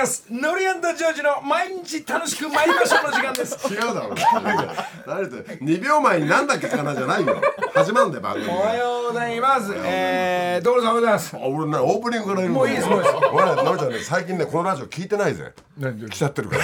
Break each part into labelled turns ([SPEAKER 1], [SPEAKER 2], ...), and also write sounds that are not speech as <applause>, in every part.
[SPEAKER 1] ますノリアンドジョージの毎日楽しく参りましょうの時間です
[SPEAKER 2] <laughs> 違うだろう誰だ2秒前になんだっけかなじゃないよ始まるんだよ番組
[SPEAKER 1] おはようございますえー、道路さんおはようございます
[SPEAKER 2] あ俺ねオープニングから言う
[SPEAKER 1] もういいですもういいです
[SPEAKER 2] 俺ねなべちゃんね最近ねこのラジオ聞いてないぜ来ちゃってるから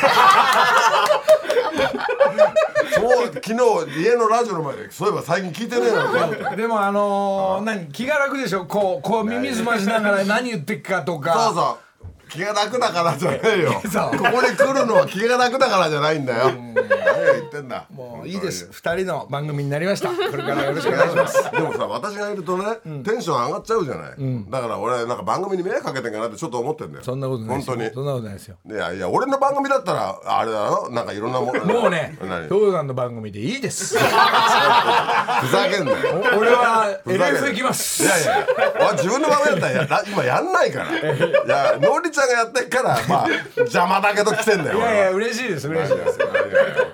[SPEAKER 2] そう昨日家のラジオの前でそういえば最近聞いてねえなと思って
[SPEAKER 1] でもあのー、何気が楽でしょこうこう耳すましながら何言ってっかと
[SPEAKER 2] そ
[SPEAKER 1] か
[SPEAKER 2] うそう気が楽だからじゃねえよこ
[SPEAKER 1] そう
[SPEAKER 2] こに来るのは気が楽だからじゃないんだよ何を言ってんだ
[SPEAKER 1] もういいです二人の番組になりま
[SPEAKER 2] <laughs>
[SPEAKER 1] したこれからよろしくお願いします
[SPEAKER 2] でもさ私がいるとね、テンション上がっちゃうじゃない、だから俺なんか番組に迷惑かけてんかなってちょっと思ってんだよ
[SPEAKER 1] そんなことないです
[SPEAKER 2] <laughs> 本当に
[SPEAKER 1] そんなことないですよ
[SPEAKER 2] いやいや俺の番組だったらあれだろなんかいろんなもの
[SPEAKER 1] もうね
[SPEAKER 2] 何ふ
[SPEAKER 1] 道路さんの番組でいい
[SPEAKER 2] <laughs>
[SPEAKER 1] です
[SPEAKER 2] ざけんな
[SPEAKER 1] お
[SPEAKER 2] よ
[SPEAKER 1] 俺は
[SPEAKER 2] ふざけん
[SPEAKER 1] LF 行きます
[SPEAKER 2] いやいやいや俺自分の番組だったらやら今やんないからいやのりちゃんがやってっからまあ邪魔だけど来てんだよ
[SPEAKER 1] い
[SPEAKER 2] 俺は
[SPEAKER 1] やいや嬉しいです嬉しいです
[SPEAKER 2] いやいやい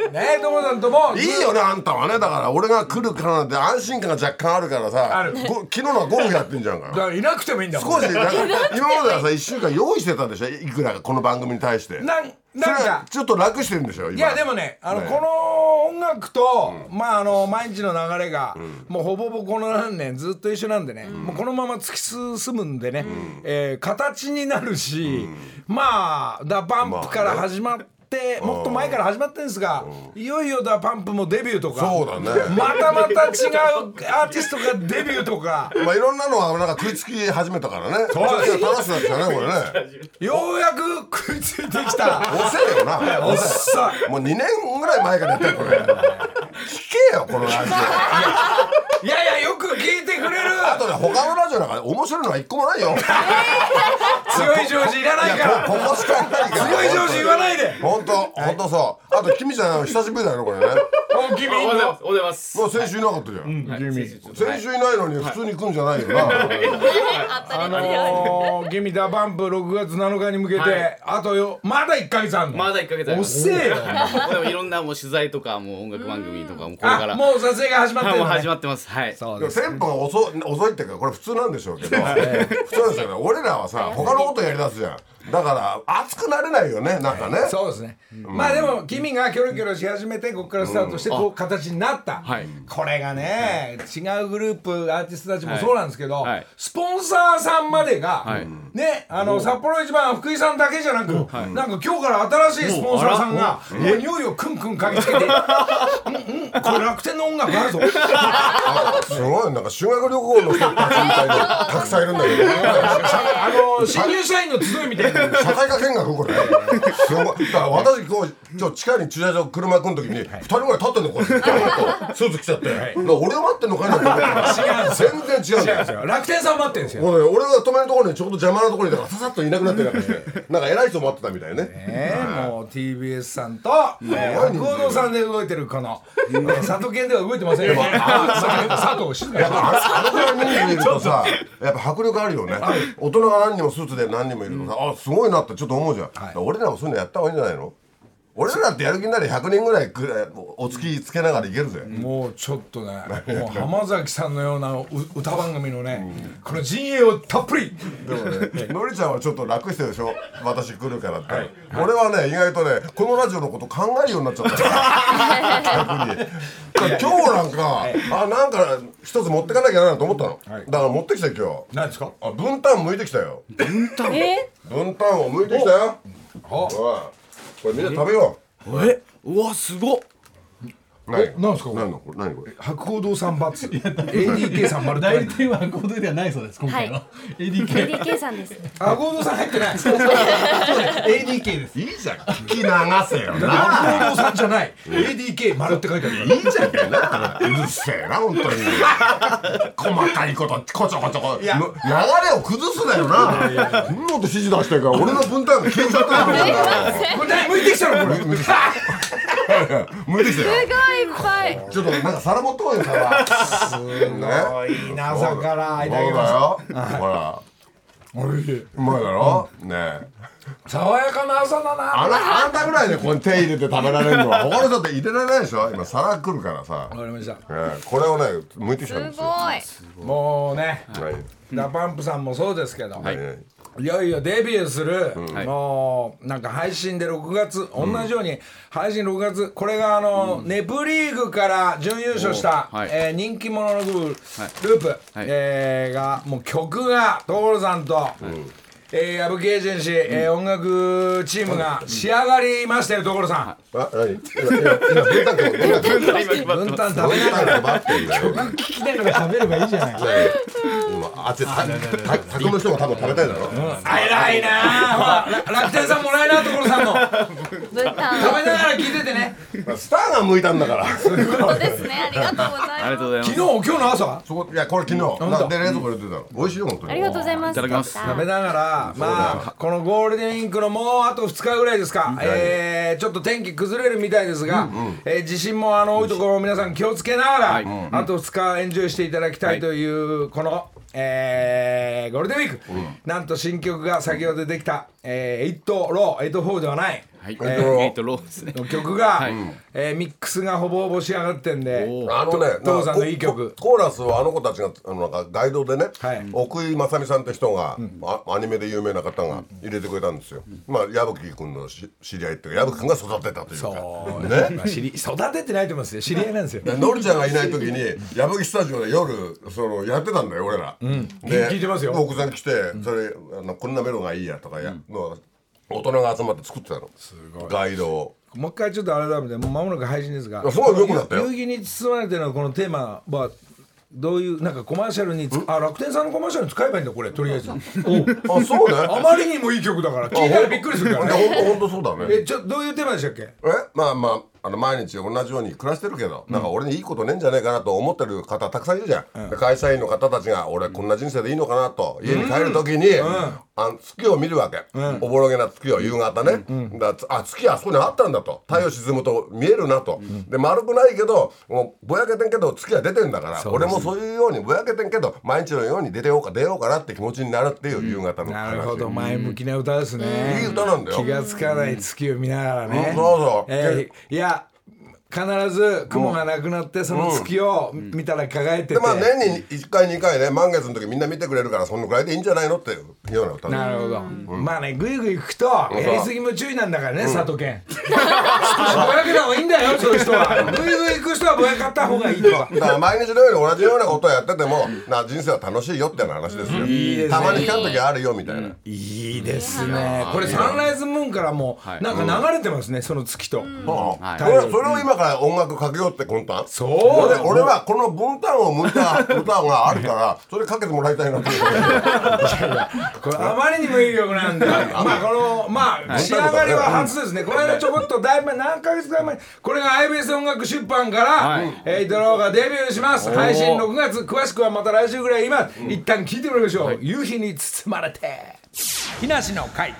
[SPEAKER 2] や
[SPEAKER 1] ねえ友さんとも
[SPEAKER 2] いいよねあんたはねだから俺が来るからなんて安心感が若干あるからさ
[SPEAKER 1] ある
[SPEAKER 2] ご昨日のはゴルフやってんじゃん
[SPEAKER 1] だ
[SPEAKER 2] か
[SPEAKER 1] からいなくてもいいんだも
[SPEAKER 2] 少
[SPEAKER 1] ん
[SPEAKER 2] しなんか今まではさ1週間用意してたでしょいくらかこの番組に対して
[SPEAKER 1] なん
[SPEAKER 2] それ
[SPEAKER 1] なん
[SPEAKER 2] は
[SPEAKER 1] か
[SPEAKER 2] ちょっと楽してるんでしょ今
[SPEAKER 1] いやでもねあの、
[SPEAKER 2] ね
[SPEAKER 1] この音楽と、まああの毎日の流れが、もうほぼほぼこの何年ずっと一緒なんでね、もうこのまま突き進むんでね、えー形になるし、まあダパンプから始まって。もっと前から始まってんですが、いよいよダパンプもデビューとか
[SPEAKER 2] そうだね
[SPEAKER 1] またまた違うアーティストがデビューとか
[SPEAKER 2] まあいろんなのはなんか食いつき始めたからね
[SPEAKER 1] う
[SPEAKER 2] ちょっと楽しくなってきたねこれね
[SPEAKER 1] ようやく食いついてきた
[SPEAKER 2] 遅えよな
[SPEAKER 1] おっさ
[SPEAKER 2] もう2年ぐらい前からやってるこれ聞けよこのラジ
[SPEAKER 1] <laughs>
[SPEAKER 2] オ
[SPEAKER 1] んいやいやよく聞いてくれる
[SPEAKER 2] あとね他のラジオなんか面白いのは一個もないよ
[SPEAKER 1] 強い上司いらないから
[SPEAKER 2] ここしかないから
[SPEAKER 1] 強い上司言わないで
[SPEAKER 2] 本当本当そうあと君ちゃん久しぶりだよねこれね
[SPEAKER 1] 本気
[SPEAKER 3] おは
[SPEAKER 1] みん
[SPEAKER 3] ようござい
[SPEAKER 1] な
[SPEAKER 3] ます。おはようございます。
[SPEAKER 2] もう先週いなかったじゃん、
[SPEAKER 3] はい
[SPEAKER 2] 先週いないのに普通に来るんじゃないよな、
[SPEAKER 4] 当た
[SPEAKER 1] あ
[SPEAKER 4] り前や
[SPEAKER 1] のー、ギミダバンプ6月7日に向けて、
[SPEAKER 3] はい
[SPEAKER 1] あとよまだ1ヶ月あんの
[SPEAKER 3] まだ一ヶ月あり
[SPEAKER 1] お
[SPEAKER 3] ま
[SPEAKER 1] っ
[SPEAKER 3] す。
[SPEAKER 1] せえよ
[SPEAKER 3] でもいろんなもう取材とかもう音楽番組とかもこれから
[SPEAKER 1] あもう撮影が始まって
[SPEAKER 3] はい
[SPEAKER 1] るの、
[SPEAKER 3] もう
[SPEAKER 1] ね、
[SPEAKER 3] 始まってます。はい。
[SPEAKER 1] そう
[SPEAKER 2] で
[SPEAKER 1] で
[SPEAKER 2] も
[SPEAKER 1] す
[SPEAKER 2] テンポが遅遅いっていうかこれ普通なんでしょうけ <laughs> ど普通なんですよね俺らはさ他のことやりだすじゃんだから熱くなれないよねなんかね、
[SPEAKER 1] そうですね、まあでも君がキョロキョロし始めてここからスタートしてこう形になった、
[SPEAKER 3] はい
[SPEAKER 1] これがね、違うグループアーティストたちもそうなんですけど、
[SPEAKER 3] はいはい
[SPEAKER 1] スポンサーさんまでが、
[SPEAKER 3] はい
[SPEAKER 1] ねあの札幌一番福井さんだけじゃなく、なんか今日から新しいスポンサーさんがもう匂いをクンクン嗅ぎつけて「うんうんこれ楽天の音楽あるぞ」
[SPEAKER 2] あすごいなんか修学旅行の人たちみたいにたくさんいるんだけど
[SPEAKER 1] あの新入社員の集いみたいな。
[SPEAKER 2] 社会科見学これすごいだから私今日ちょ地下に駐車場車来る時に2人ぐらい立ってんのこれずっとスーツ着ちゃって、だから俺を待ってんのかなと思って全然違うんだよ
[SPEAKER 1] 楽天さん待ってるんですよ。
[SPEAKER 2] もうね、俺が止めるところにちょうど邪魔なところにだからささっといなくなってなんかしてなんか偉い人待ってたみたいね
[SPEAKER 1] ねえもう TBS さんとえー白鸚堂さんで動いてるこのえー佐藤健では動いてませんよ佐藤静香
[SPEAKER 2] やっぱあのあのくらい人数いるとさやっぱ迫力あるよね大人が何人もスーツで何人もいるとさ、あすごいなってちょっと思うじゃん、だから俺らもそういうのやった方がいいんじゃないの俺らだってやる気になり100人ぐらいくらいお付きつけながらいけるぜ、
[SPEAKER 1] もうちょっとねもう浜崎さんのようなう歌番組のねこの陣営をたっぷり
[SPEAKER 2] でもね、のりちゃんはちょっと楽してるでしょ私来るからって、俺はね意外とねこのラジオのこと考えるようになっちゃった <laughs> から逆にだから今日なんか、あなんか一つ持ってかなきゃなと思ったの、だから持ってきたよ今
[SPEAKER 1] 何ですか
[SPEAKER 2] 日あ分担剥いてきたよ
[SPEAKER 4] え
[SPEAKER 2] 分担を剥いてきたよ
[SPEAKER 1] お
[SPEAKER 2] おいこれみんな食べよ
[SPEAKER 3] え、うわすごっ。
[SPEAKER 2] う何
[SPEAKER 1] なんすかこれ
[SPEAKER 2] 何のこれ何これ
[SPEAKER 1] 白鸚堂さんバツ ADK さん丸
[SPEAKER 5] 代
[SPEAKER 1] 太
[SPEAKER 5] 理店は合同ではないそうです今回は、
[SPEAKER 4] は
[SPEAKER 5] ADK
[SPEAKER 4] KDK さんですね
[SPEAKER 1] あ白鸚堂さん入って <laughs> ない
[SPEAKER 5] ADK です
[SPEAKER 2] いいじゃん聞き流せよな
[SPEAKER 1] 白鸚堂さんじゃない ADK 丸って書いてあるから
[SPEAKER 2] いいじゃんかよな。うるせえな、本当に。細かいこと、こちょこちょこ。流れを崩すなよな。そんなこと指示出してるから、俺の分担が消えちゃったよ。
[SPEAKER 1] これ何向いてきたのこれ
[SPEAKER 2] 無理ですよ。
[SPEAKER 4] すごいいっぱい
[SPEAKER 2] ちょっとなんか皿持ってこいよ、皿。 <laughs> すごい。
[SPEAKER 1] いいな朝からい
[SPEAKER 2] そう
[SPEAKER 1] た
[SPEAKER 2] だ
[SPEAKER 1] だきます
[SPEAKER 2] よ。ほら。
[SPEAKER 1] おいしいう
[SPEAKER 2] まいだろねえ。
[SPEAKER 1] 爽やかな朝だな
[SPEAKER 2] あら、あんたぐらいでここに手入れて食べられるのは、他の人って入れられないでしょ今、皿来るからさ
[SPEAKER 1] わ。かりました
[SPEAKER 2] ええこれをね、剥いてき
[SPEAKER 4] す
[SPEAKER 2] た
[SPEAKER 4] ご
[SPEAKER 2] ん
[SPEAKER 4] い
[SPEAKER 2] ですよ。
[SPEAKER 1] もうね
[SPEAKER 2] はい。
[SPEAKER 1] ダパンプさんもそうですけど、
[SPEAKER 2] はい
[SPEAKER 1] いよいよデビューする、
[SPEAKER 3] はい
[SPEAKER 1] もうなんか配信で6月同じように配信6月これがあの、ネプリーグから準優勝した、
[SPEAKER 3] おはい
[SPEAKER 1] えー人気者のグループ、ループ、えーがもう曲が所さんと、えー、矢吹エージェンシー、えー音楽チームが仕上がりましたよ所さ
[SPEAKER 2] あ、何今、今、文太君、文太君、
[SPEAKER 3] 今決
[SPEAKER 1] ん
[SPEAKER 3] まっ
[SPEAKER 1] 分
[SPEAKER 3] てま
[SPEAKER 1] 担食べな
[SPEAKER 2] 文
[SPEAKER 1] がら
[SPEAKER 2] 太君待ってんだよ。
[SPEAKER 5] 聞きたいから食べればいいじゃない。
[SPEAKER 2] 今、あ、絶対、た、宅の人も多分食べたいだろ。
[SPEAKER 1] あ偉いなあほらら楽天さんもらえな所さんの食
[SPEAKER 4] 分担
[SPEAKER 1] べながら聞いててね
[SPEAKER 2] スターが向いたんだから。
[SPEAKER 4] そうですねありがとうございます
[SPEAKER 3] ありがとうございます
[SPEAKER 1] <laughs> 昨日今日の朝
[SPEAKER 2] そこ、いや、これ昨日、なんで冷蔵庫入れてたの。美味しいよ、本当
[SPEAKER 4] あ
[SPEAKER 2] に
[SPEAKER 4] り。がとうございます
[SPEAKER 3] いただきます
[SPEAKER 1] 食べながら、まあ、このゴールデンウィークのもうあと2日ぐらいですか、えーちょっと天気崩れるみたいですが、えー地震もあの多いところ、皆さん気をつけながら、
[SPEAKER 3] はい
[SPEAKER 1] あと2日エンジョイしていただきたいという、この、えーゴールデンウィーク、なんと新曲が先ほど出てきた、えー、8ロー、84ではない。
[SPEAKER 3] はい、
[SPEAKER 2] えっ
[SPEAKER 3] え
[SPEAKER 2] と
[SPEAKER 3] ー、えっとローですね。
[SPEAKER 1] の曲が、
[SPEAKER 3] はい
[SPEAKER 1] えーミックスがほぼほぼ仕上がってんで
[SPEAKER 3] おー
[SPEAKER 2] あのね、
[SPEAKER 1] 父さんのいい曲
[SPEAKER 2] コココーラスはあの子たちがあのなんかガイドでね、
[SPEAKER 1] はい
[SPEAKER 2] 奥井正美さんって人が、あアニメで有名な方が入れてくれたんですよ。まあ矢吹君のし知り合いっていうか矢吹君が育てたというか。
[SPEAKER 1] そう、
[SPEAKER 2] ね
[SPEAKER 1] まあ知り育ててないと思いますよ知り合いなんですよ
[SPEAKER 2] でのりちゃんがいない時に矢吹スタジオで夜そのやってたんだよ俺ら。で
[SPEAKER 1] 聞いてますよ
[SPEAKER 2] 奥さん来てそれあのこんなメロがいいやとかや、の大人が集まって作ってたの。ガイドを。
[SPEAKER 1] もう一回ちょっと改めてもう間もなく配信ですが
[SPEAKER 2] あすごい良くなったよ
[SPEAKER 1] 遊戯に包まれてるのこのテーマはどういうなんかコマーシャルにつあ楽天さんのコマーシャルに使えばいいんだこれとりあえず
[SPEAKER 2] あそうね。
[SPEAKER 1] <laughs> あまりにもいい曲だから聞いたらびっくりするからね
[SPEAKER 2] 本当そうだね。
[SPEAKER 1] えちょどういうテーマでしたっけ
[SPEAKER 2] えまあまああの毎日同じように暮らしてるけど、なんか俺にいいことねえんじゃねえかなと思ってる方たくさんいるじゃん、で会社員の方たちが俺こんな人生でいいのかなと家に帰る時に、あの月を見るわけ、おぼろげな月を夕方ね、だつあ月あそこにあったんだと太陽沈むと見えるなと、で丸くないけどもうぼやけてんけど月は出てんだから、俺もそういうようにぼやけてんけど毎日のように出てようか出ようかなって気持ちになるっていう夕方の話、
[SPEAKER 1] なるほど前向きな歌ですね
[SPEAKER 2] いい歌なんだよ
[SPEAKER 1] 気がつかない月を見ながらね
[SPEAKER 2] うんそうそう
[SPEAKER 1] えーいや必ず雲がなくなってその月を見たら輝いてて
[SPEAKER 2] でまあ年に1回2回ね満月の時みんな見てくれるからそのくらいでいいんじゃないのっていうような歌
[SPEAKER 1] なるほど、まあねぐいぐい行くとやりすぎも注意なんだからね、佐藤健少しぼやけた方がいいんだよそういう人はぐいぐい行く人はぼやかった方がいいとは
[SPEAKER 2] だから毎日のように同じようなことをやっててもな人生は楽しいよっていう話ですよたまに光る時あるよみたいない
[SPEAKER 1] いですねこれサンライズムーンからも
[SPEAKER 3] はい
[SPEAKER 1] なんか流れてますねその月と、
[SPEAKER 2] はあ
[SPEAKER 3] はい
[SPEAKER 2] それそれを今から音楽かけようってコンタン
[SPEAKER 1] そう
[SPEAKER 2] 俺俺はこの分担を向いた歌があるからそれかけてもらいたいなっていう
[SPEAKER 1] これあまりにもいい曲なんでまあこのまあ仕上がりは初ですねこの間ちょこっとだいぶ何ヶ月か前にこれが IBS 音楽出版から、
[SPEAKER 3] はい
[SPEAKER 1] えードローがデビューします配信6月詳しくはまた来週ぐらい今、一旦聞いてみましょう、夕日に包まれて日梨の会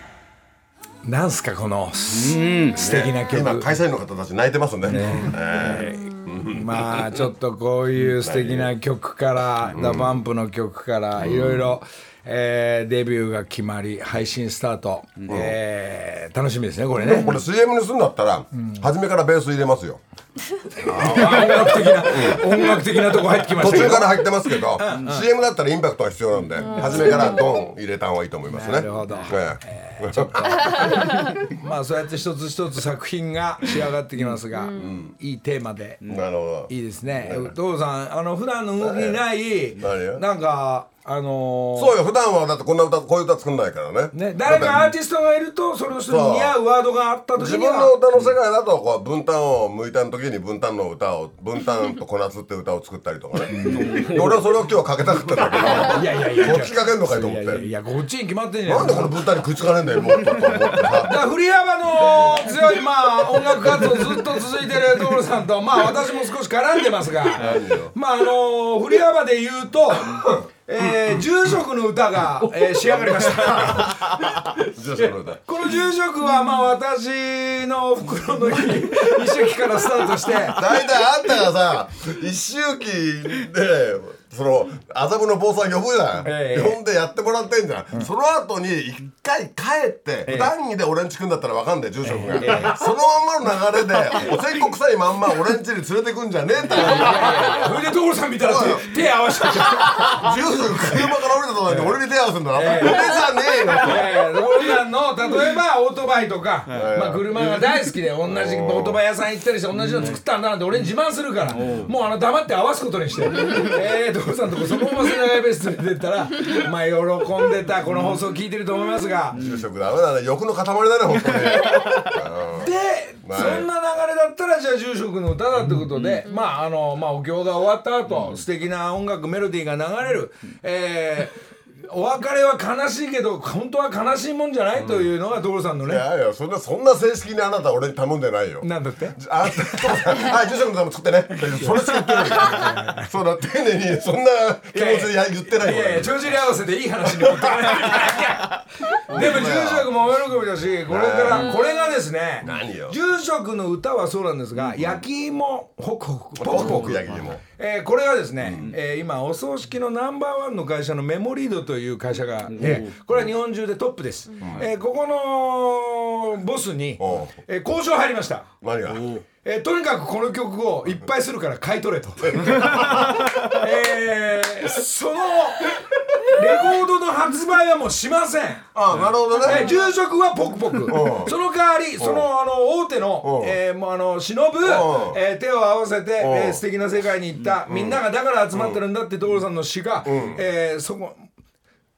[SPEAKER 1] なんすかこのす素敵な曲、
[SPEAKER 2] 今会社員の方たち泣いてますね
[SPEAKER 1] まあちょっとこういう素敵な曲から、ダバンプの曲からいろいろ、えーデビューが決まり配信スタート、えー楽しみですねこれね
[SPEAKER 2] これ CM にするんだったら初めからベース入れますよ
[SPEAKER 1] 音楽的な音楽的なとこ入ってきまし
[SPEAKER 2] <laughs> 途
[SPEAKER 1] たけ
[SPEAKER 2] 中
[SPEAKER 1] ど
[SPEAKER 2] から入ってますけど CM だったらインパクトは必要なんで初めからドン入れた方がいいと思いますね
[SPEAKER 1] <laughs> なるほど
[SPEAKER 2] ええ <laughs>
[SPEAKER 1] まあそうやって一つ一つ作品が仕上がってきますが、いいテーマで、
[SPEAKER 2] なるほど
[SPEAKER 1] いいですね父さんあの普段の動きにない
[SPEAKER 2] 何よ
[SPEAKER 1] なんかあのー
[SPEAKER 2] そうよ普段はだってこんな歌こういう歌作んないからね
[SPEAKER 1] ね、誰かアーティストがいるとその人に似合うワードがあった時
[SPEAKER 2] 自
[SPEAKER 1] に
[SPEAKER 2] 分
[SPEAKER 1] は
[SPEAKER 2] の歌の世界だとこう分担を向いた時に分担の歌を分担とこなすって歌を作ったりとかねで俺はそれを今日かけたかった
[SPEAKER 1] <laughs>
[SPEAKER 2] んだ
[SPEAKER 1] いやいやいや
[SPEAKER 2] けどこっちかけんのかいと思っ
[SPEAKER 1] いやいやい
[SPEAKER 2] て
[SPEAKER 1] やこっちに決まってんじゃ
[SPEAKER 2] なん
[SPEAKER 1] ないで
[SPEAKER 2] で
[SPEAKER 1] か
[SPEAKER 2] すこの分担に食いつかねえんだよ
[SPEAKER 1] <laughs>
[SPEAKER 2] もうと思ってさ
[SPEAKER 1] だから振り幅の強いまあ音楽活動ずっと続いてる所さんとまあ私も少し絡んでますが <laughs> まああのー振り幅で言う <laughs> と、えー、住職の歌が、えー仕上がりま <laughs> した。
[SPEAKER 2] じゃあその歌
[SPEAKER 1] この住職はまあ私の袋の日 <laughs> 一周期からスタートして。
[SPEAKER 2] 大体あんたがさ一周期でその麻布の坊さん呼ぶじゃん、
[SPEAKER 1] ええ
[SPEAKER 2] 呼んでやってもらってんじゃん、その後に一回帰って、普段着で俺んち来んだったらわかんない住職が、そのまんまの流れでおせっこ臭いまんま俺んちに連れてくんじゃねえんだよ
[SPEAKER 1] それで所さん見たら
[SPEAKER 2] そうよ
[SPEAKER 1] 手手合わせちゃった
[SPEAKER 2] 住職車から降りた途端に俺に手合わせんだな、俺じゃねえよ
[SPEAKER 1] <laughs> ええ所さんの例えばオートバイとか、まあ、車が大好きで同じオートバイ屋さん行ったりして同じの作ったんだなんて俺に自慢するからもうあの黙って合わすこと <laughs> にしてええ所さんとこそのまま世田谷ベース連れてったらまあ喜んでたこの放送聞いてると思いますが。
[SPEAKER 2] 住職ダメだね欲の塊だね本当に
[SPEAKER 1] で、
[SPEAKER 2] はい
[SPEAKER 1] そんな流れだったらじゃあ住職の歌だってことで、まああのまあお経が終わった後、素敵な音楽メロディーが流れる、えーお別れは悲しいけど本当は悲しいもんじゃないというのが所さんの
[SPEAKER 2] い
[SPEAKER 1] ね、
[SPEAKER 2] やいやそんなそんな正式にあなた俺に頼んでないよ
[SPEAKER 1] なんだって
[SPEAKER 2] あ、そうだはい、住職のため作ってね。それ作ってる。そうだ、丁寧に、そんな気持ちでや言ってない
[SPEAKER 1] い
[SPEAKER 2] よ
[SPEAKER 1] やいや帳尻合わせでいい話に持ってかないでも住職もお喜びだしこれからこれがですね
[SPEAKER 2] 何よ
[SPEAKER 1] 住職の歌はそうなんですが焼き芋ホクホク
[SPEAKER 2] ポクポク焼き芋。
[SPEAKER 1] えーこれはですね、えー今お葬式のナンバーワンの会社のメモリードという会社が、えーこれは日本中でトップです、えーここのボスに
[SPEAKER 2] おう、
[SPEAKER 1] えー交渉入りました、
[SPEAKER 2] 何がうん
[SPEAKER 1] えーとにかくこの曲をいっぱいするから買い取れと、えーそのレコードの発売はもうしません
[SPEAKER 2] あ、なるほど
[SPEAKER 1] えー
[SPEAKER 2] ね。
[SPEAKER 1] 住職はポクポク
[SPEAKER 2] うん
[SPEAKER 1] その代わりそのあの大手の
[SPEAKER 2] うん
[SPEAKER 1] えーもうあの忍ぶ
[SPEAKER 2] ん
[SPEAKER 1] えー手を合わせて
[SPEAKER 2] ん
[SPEAKER 1] えー素敵な世界に行ったみんながだから集まってるんだって所さんの詩がえーそこ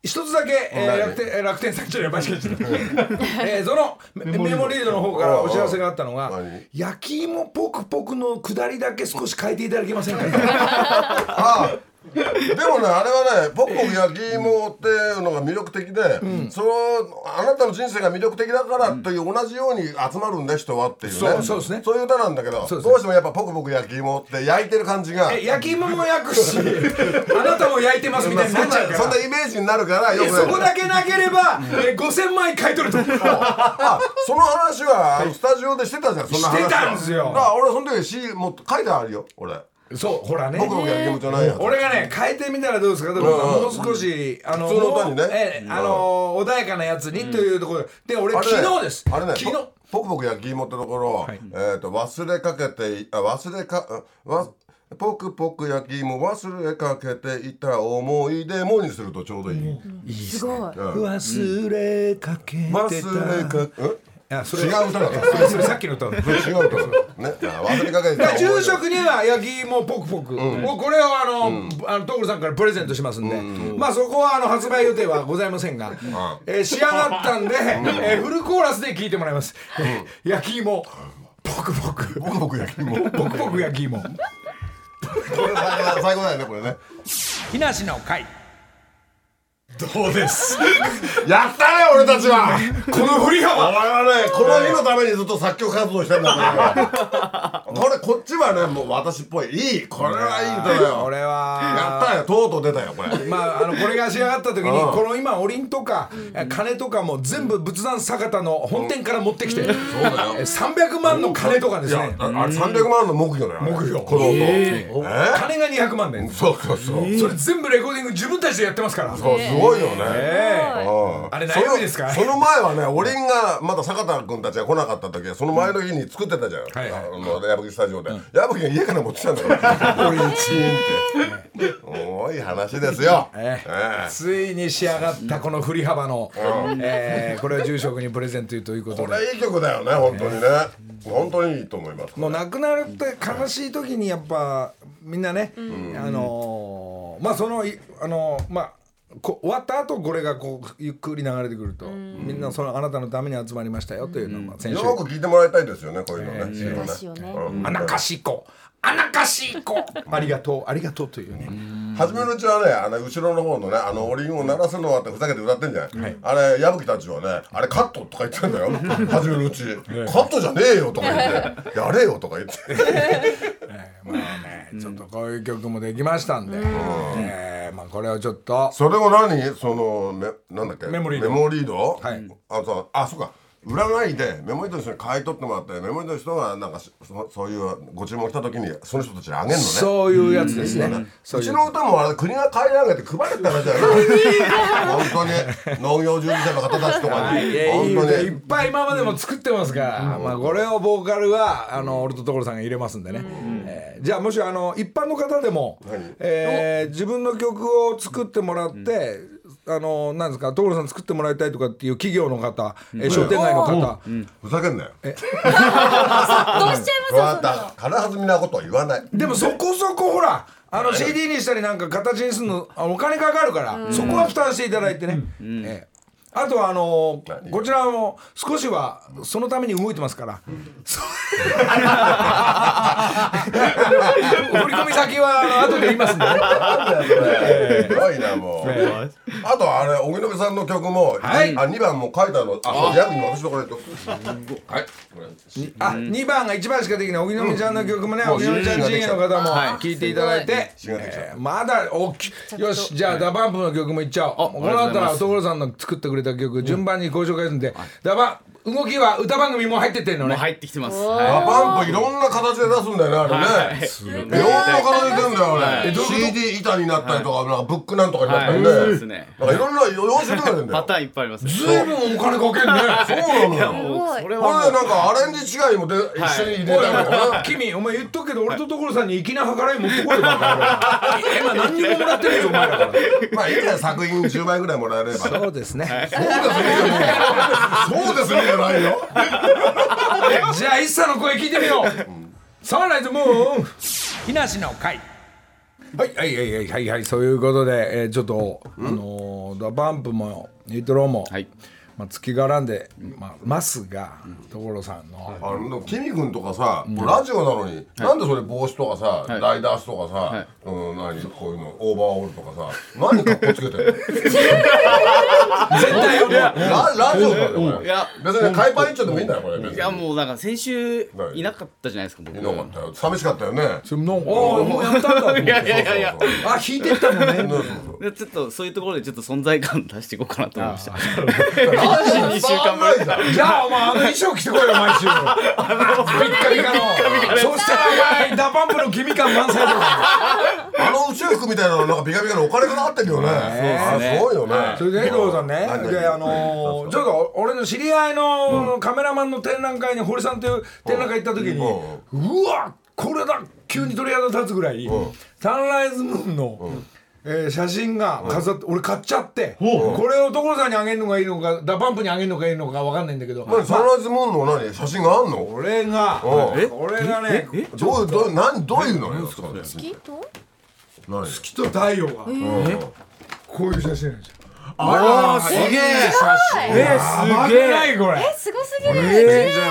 [SPEAKER 1] 一つだけ、えー、
[SPEAKER 2] 何
[SPEAKER 1] 楽天えー楽天さんじゃないバスケット <laughs> えーそのメメモリードの方からお知らせがあったのが
[SPEAKER 2] うん何
[SPEAKER 1] 「焼き芋ポクポクの下りだけ少し変えていただけませんか?」
[SPEAKER 2] <laughs> あ。でもね、あれはね、ポクポク焼き芋っていうのが魅力的で、その、あなたの人生が魅力的だからという同じように集まるんだ人はっていうね。
[SPEAKER 1] そうそうですね
[SPEAKER 2] そういう歌なんだけど、ど
[SPEAKER 1] そうで
[SPEAKER 2] う
[SPEAKER 1] すね
[SPEAKER 2] してもやっぱポクポク焼き芋って焼いてる感じが。
[SPEAKER 1] え焼き芋も焼くしあなたも焼いてますみ
[SPEAKER 2] ま
[SPEAKER 1] た
[SPEAKER 2] あ
[SPEAKER 1] いになっ
[SPEAKER 2] そん
[SPEAKER 1] ちゃうか
[SPEAKER 2] な、
[SPEAKER 1] ら
[SPEAKER 2] そんなイメージになるから、よ
[SPEAKER 1] え
[SPEAKER 2] く
[SPEAKER 1] そこだけなければ、え5000枚買い
[SPEAKER 2] <laughs>
[SPEAKER 1] 取ると
[SPEAKER 2] あその話はあのスタジオでしてたじゃんそんな話
[SPEAKER 1] し
[SPEAKER 2] は
[SPEAKER 1] てたんですよ
[SPEAKER 2] だから俺その時詩もう書いてあるよ俺
[SPEAKER 1] そうほらね
[SPEAKER 2] 僕のやり気持ちじゃないやつ
[SPEAKER 1] 俺がね変えてみたらどうですかでももう少しあの
[SPEAKER 2] 普通の歌にね
[SPEAKER 1] もうえあの穏やかなやつにというところで俺
[SPEAKER 2] あれね
[SPEAKER 1] 昨日です
[SPEAKER 2] あれね
[SPEAKER 1] 昨日
[SPEAKER 2] ポポクポク焼き芋ってところ、
[SPEAKER 1] はい
[SPEAKER 2] えー、と忘れかけてあ忘れかあわポクポク焼き芋忘れかけていた思い出もにするとちょうどいい、
[SPEAKER 4] すごい。
[SPEAKER 2] うん
[SPEAKER 1] 忘れかけてた
[SPEAKER 2] 忘れかけ
[SPEAKER 1] あそれ
[SPEAKER 2] 違う歌だった
[SPEAKER 1] それそれさっきの歌だ
[SPEAKER 2] それ違う歌だったねあ忘れかけてい
[SPEAKER 1] だから
[SPEAKER 2] た思い出
[SPEAKER 1] 昼食には焼き芋ポクポク、もうこれをあの、あの所さんからプレゼントしますんで、まあそこはあの発売予定はございませんが、えー仕上がったんで、えーフルコーラスで聞いてもらいます、焼き芋ポクポク
[SPEAKER 2] ポクポク焼き芋
[SPEAKER 1] ポクポク焼き
[SPEAKER 2] <laughs>
[SPEAKER 1] 芋
[SPEAKER 2] これ最後最後だよねこれね
[SPEAKER 1] 木梨の会
[SPEAKER 2] どうです。やったね、俺たちは。
[SPEAKER 1] この振り
[SPEAKER 2] お
[SPEAKER 1] 幅
[SPEAKER 2] 前はね、この日のためにずっと作曲活動してんだから。これ、こっちはね、もう私っぽい。いい。これはいい歌だよ。
[SPEAKER 1] 俺
[SPEAKER 2] や
[SPEAKER 1] は
[SPEAKER 2] ったよ、とうとう出たよ、これ。
[SPEAKER 1] まあ、あのこれが仕上がった時に
[SPEAKER 2] うん
[SPEAKER 1] この今おりんとか金とかも全部仏壇坂田の本店から持ってきて、
[SPEAKER 2] だよ
[SPEAKER 1] えー300万の金とかですね
[SPEAKER 2] いやああれ300万の目標だよ。目標。この音。えー
[SPEAKER 1] 金が200万で
[SPEAKER 2] そうそうそう。
[SPEAKER 1] それ全部レコーディング自分たちでやってますから
[SPEAKER 2] そう、すごいよね。
[SPEAKER 1] ええ
[SPEAKER 2] あ
[SPEAKER 1] あれ悩みですか
[SPEAKER 2] そのその前はね俺がまだ坂田君たちが来なかった時はその前の日に作ってたじゃん、
[SPEAKER 1] はいはい
[SPEAKER 2] あの矢吹スタジオで、矢吹が家から持ってきたんだ
[SPEAKER 1] <laughs>
[SPEAKER 2] から俺ンチーンって多い話ですよ、
[SPEAKER 1] ええ
[SPEAKER 2] ええ
[SPEAKER 1] ついに仕上がったこの振り幅の、ええこれを住職にプレゼントということ
[SPEAKER 2] こ
[SPEAKER 1] で
[SPEAKER 2] れいい曲だよね本当にね、本当にいいと思います
[SPEAKER 1] もう亡くなるって悲しい時にやっぱみんなね、あのーまあそのいあのーまあこ終わった後これがこうゆっくり流れてくると、みんなそのあなたのために集まりましたよというのをまあ先
[SPEAKER 2] よ
[SPEAKER 1] 週、
[SPEAKER 2] く聞いてもらいたいですよねこういうのね、
[SPEAKER 4] いい歌詞よね。
[SPEAKER 1] あなかしこあなかしこありがとうありがとうというね、
[SPEAKER 2] 初めのうちはねあの後ろの方のねあのおりんを鳴らすのはってふざけて歌ってんじゃない、あれ矢吹たちはねあれカットとか言ってたんだよ
[SPEAKER 1] <laughs>
[SPEAKER 2] 初めのうち、カットじゃねえよとか
[SPEAKER 1] <laughs>
[SPEAKER 2] 言ってやれよとか言って
[SPEAKER 1] まあね、ちょっとこういう曲もできましたんで、えーまあこれをちょっと
[SPEAKER 2] それを何そのめなんだっけ
[SPEAKER 1] メモリード
[SPEAKER 2] ド
[SPEAKER 1] はい
[SPEAKER 2] あそうあそうか占いでメモリートの人に買い取ってもらってメモリートの人がなんかしそそういうご注文来た時にその人たちにあげるのね
[SPEAKER 1] そういうやつですね。そううい
[SPEAKER 2] ち
[SPEAKER 1] う
[SPEAKER 2] の歌もあれ国が買い上げて配れって話だよな本当に農業従事者の方たちとか
[SPEAKER 1] はい、い
[SPEAKER 2] に
[SPEAKER 1] やいい
[SPEAKER 2] 本
[SPEAKER 1] 歌いっ
[SPEAKER 2] 当に
[SPEAKER 1] ぱい今までも作ってますから、まあ、これをボーカルはあの俺と所さんが入れますんでね、えーじゃあもしあの一般の方でも、えー自分の曲を作ってもらって、あのなんですか所さん作ってもらいたいとかっていう企業の方、えー商店街の方、
[SPEAKER 2] ふざけんなよ
[SPEAKER 4] どうしちゃいますよ
[SPEAKER 2] わかった軽はずみなことは言
[SPEAKER 1] <laughs>
[SPEAKER 2] わない
[SPEAKER 1] でもそこそこほらあの CD にしたりなんか形にするのあお金かかるから、そこは負担していただいてね、ええあとはあのーこちらも少しはそのために動いてますから、そう <laughs> 振り込み先はあの後で言いますんでね
[SPEAKER 2] すごいなもう、あとあれ荻野目さんの曲も、
[SPEAKER 1] はい
[SPEAKER 2] あ2番も書いてあるのあそうヤミに私のこれとはいこれ
[SPEAKER 1] あ2番が1番しかできない荻野目ちゃんの曲もね荻野目ちゃん陣営の方も聴いていただいて、
[SPEAKER 2] 違うでしょ
[SPEAKER 1] えーまだおっきよしじゃあダバンプの曲もいっちゃおうこの後は所さんの作ってくれた曲順番にご紹介するんで、ダバン動きは歌番組も入ってってんの
[SPEAKER 3] もう
[SPEAKER 1] ね
[SPEAKER 3] 入ってきてます。
[SPEAKER 2] あ
[SPEAKER 3] は
[SPEAKER 2] バンプいろんな形で出すんだよねあれね、
[SPEAKER 3] い。いろん
[SPEAKER 2] いろんな形で出るんだよあ
[SPEAKER 3] は
[SPEAKER 2] れ、
[SPEAKER 1] いどういうこと
[SPEAKER 2] CD 板になったりとか、なんかブックなんとかになったりね、
[SPEAKER 3] はいそうですね
[SPEAKER 2] なんかいろんな4種類が出るんだ
[SPEAKER 3] パ
[SPEAKER 2] よ
[SPEAKER 3] ターンいっぱいありますね。
[SPEAKER 1] ずいぶんお金かけんね
[SPEAKER 2] そうなの
[SPEAKER 3] いや
[SPEAKER 2] よ
[SPEAKER 3] もうそれ
[SPEAKER 2] これ
[SPEAKER 3] は
[SPEAKER 2] で
[SPEAKER 3] も
[SPEAKER 2] なんかアレンジ違いもで、一緒に入れたりとかね
[SPEAKER 1] 君お前言っとくけど俺と所さんに粋な計らい持ってこいよバカ野郎 <laughs> 今何にももらってるよお前らから
[SPEAKER 2] まあいいんだよ作品10枚ぐらいもらえればね
[SPEAKER 1] そうですね、
[SPEAKER 2] そうですねじゃないよ
[SPEAKER 1] じゃあ一茶の声聞いてみようサンライズムーン木梨の会はいはいはいはいはいはいそういうことで、えー、ちょっとあのーダバンプもニュートロも、
[SPEAKER 3] はい
[SPEAKER 1] まあ、月がらんで、まあ、ますが所さんの、
[SPEAKER 2] あの君くんとかさ、ラジオなのに、なんでそれ帽子とかさ、ライダースとかさ、うん何こういうのオーバーオールとかさ何かっこつけてるの絶対よララジオだよこれ
[SPEAKER 3] いや
[SPEAKER 2] 別に海パン一丁でもいいんだよこれ別
[SPEAKER 3] う
[SPEAKER 2] に
[SPEAKER 3] いやもうなんか先週
[SPEAKER 2] はい
[SPEAKER 3] いなかったじゃないですか僕。
[SPEAKER 2] いなかったよ寂しかったよね
[SPEAKER 1] それなんかあーもうやったんだと思っ
[SPEAKER 3] いやい
[SPEAKER 1] て
[SPEAKER 3] やいやいや。
[SPEAKER 1] あ引いてったのね
[SPEAKER 2] そうそうそう
[SPEAKER 3] でちょっとそういうところでちょっと存在感出していこうかなと思いました。
[SPEAKER 2] ラジオ伝わんないじゃん
[SPEAKER 1] じゃあお前あの衣装着てこいよ毎週ピッカピカのそしたらお前ダバンプの君感満載だよ
[SPEAKER 2] あの宇宙服みたいなのなんかビカビカのお金がかかってるよねあすごいよね
[SPEAKER 1] それで江藤さんね
[SPEAKER 2] 何、
[SPEAKER 1] で、あのーちょっと俺の知り合いのカメラマンの展覧会に堀さんという展覧会行った時に、うわこれだ急に鳥肌立つぐらい、サンライズムーンの、えー写真が飾って、俺買っちゃって、これを所さんにあげるのがいいのかダパンプにあげるのがいいのかわかんないんだけど、
[SPEAKER 2] 何サンライズムーンの何写真があんの
[SPEAKER 1] これが
[SPEAKER 2] おう
[SPEAKER 1] これがね
[SPEAKER 2] どういうどういう何どういうのよそれ
[SPEAKER 4] きっと
[SPEAKER 2] 何
[SPEAKER 1] 月と太陽が、こういう写真なんですよ。
[SPEAKER 3] ああすげえ。
[SPEAKER 1] えー、すげえないこれ
[SPEAKER 4] えすごすぎる
[SPEAKER 2] えじゃな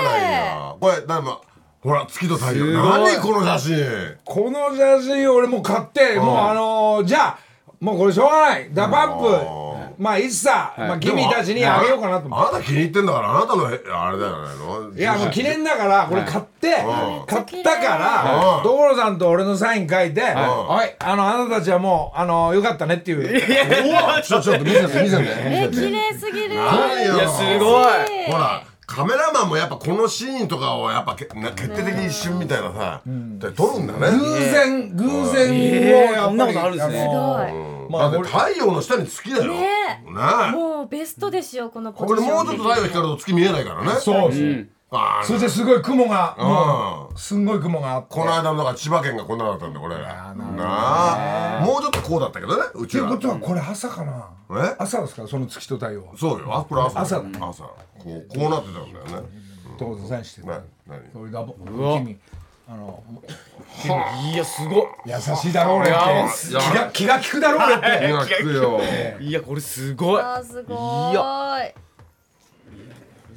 [SPEAKER 2] いなこれだまほら月と太陽何この写真
[SPEAKER 1] この写真俺もう買って、もうあのーじゃあもうこれしょうがないダパンプまあいっさ、まあ君たちにあげようかなと思っ
[SPEAKER 2] あなた気に入ってんだからあなたのへあれだよね
[SPEAKER 1] ていやもう記念だからこれ買って、買ったから
[SPEAKER 2] うん
[SPEAKER 1] 所さんと俺のサイン書いて「はいあのあなたたちはもうあのよかったね」っていう
[SPEAKER 2] ちょちょっと見せて見せて
[SPEAKER 4] え綺麗すぎる
[SPEAKER 2] 何よ
[SPEAKER 3] いやすごい。
[SPEAKER 2] ほらカメラマンもやっぱこのシーンとかをやっぱけな決定的に一瞬みたいなさで撮るんだ
[SPEAKER 1] 偶
[SPEAKER 2] ね
[SPEAKER 1] 然偶然をや
[SPEAKER 3] こ
[SPEAKER 1] っ
[SPEAKER 3] んな
[SPEAKER 1] ぱ
[SPEAKER 3] こ
[SPEAKER 1] り
[SPEAKER 3] とあるんですね
[SPEAKER 1] あの
[SPEAKER 4] は
[SPEAKER 2] だって太陽の下に月だよね
[SPEAKER 4] ねい
[SPEAKER 2] え
[SPEAKER 4] もうベストですよこのポジ
[SPEAKER 2] これ
[SPEAKER 4] ション
[SPEAKER 2] もうちょっと太陽光ると月見えないからね
[SPEAKER 1] そうです、
[SPEAKER 2] あー
[SPEAKER 1] そしてすごい雲がも
[SPEAKER 2] う
[SPEAKER 1] うすんごい雲があって
[SPEAKER 2] この間のだから千葉県がこんなだったんだこれなあもうちょっとこうだったけどねう
[SPEAKER 1] と
[SPEAKER 2] ち
[SPEAKER 1] いう
[SPEAKER 2] は
[SPEAKER 1] ことはこれ朝かな
[SPEAKER 2] え
[SPEAKER 1] 朝ですかその月と太陽は
[SPEAKER 2] そうよあこれ朝
[SPEAKER 1] 朝だ
[SPEAKER 2] 朝こうこうなってたんだよね
[SPEAKER 1] 所さんしてる
[SPEAKER 2] な何
[SPEAKER 1] 俺だぼ君あの
[SPEAKER 3] いやすご
[SPEAKER 1] 優しいだろうねって気
[SPEAKER 2] いや
[SPEAKER 1] が気が利くだろうねって
[SPEAKER 2] 気が利くよ
[SPEAKER 3] い。いやこれすごい。
[SPEAKER 4] あーすごー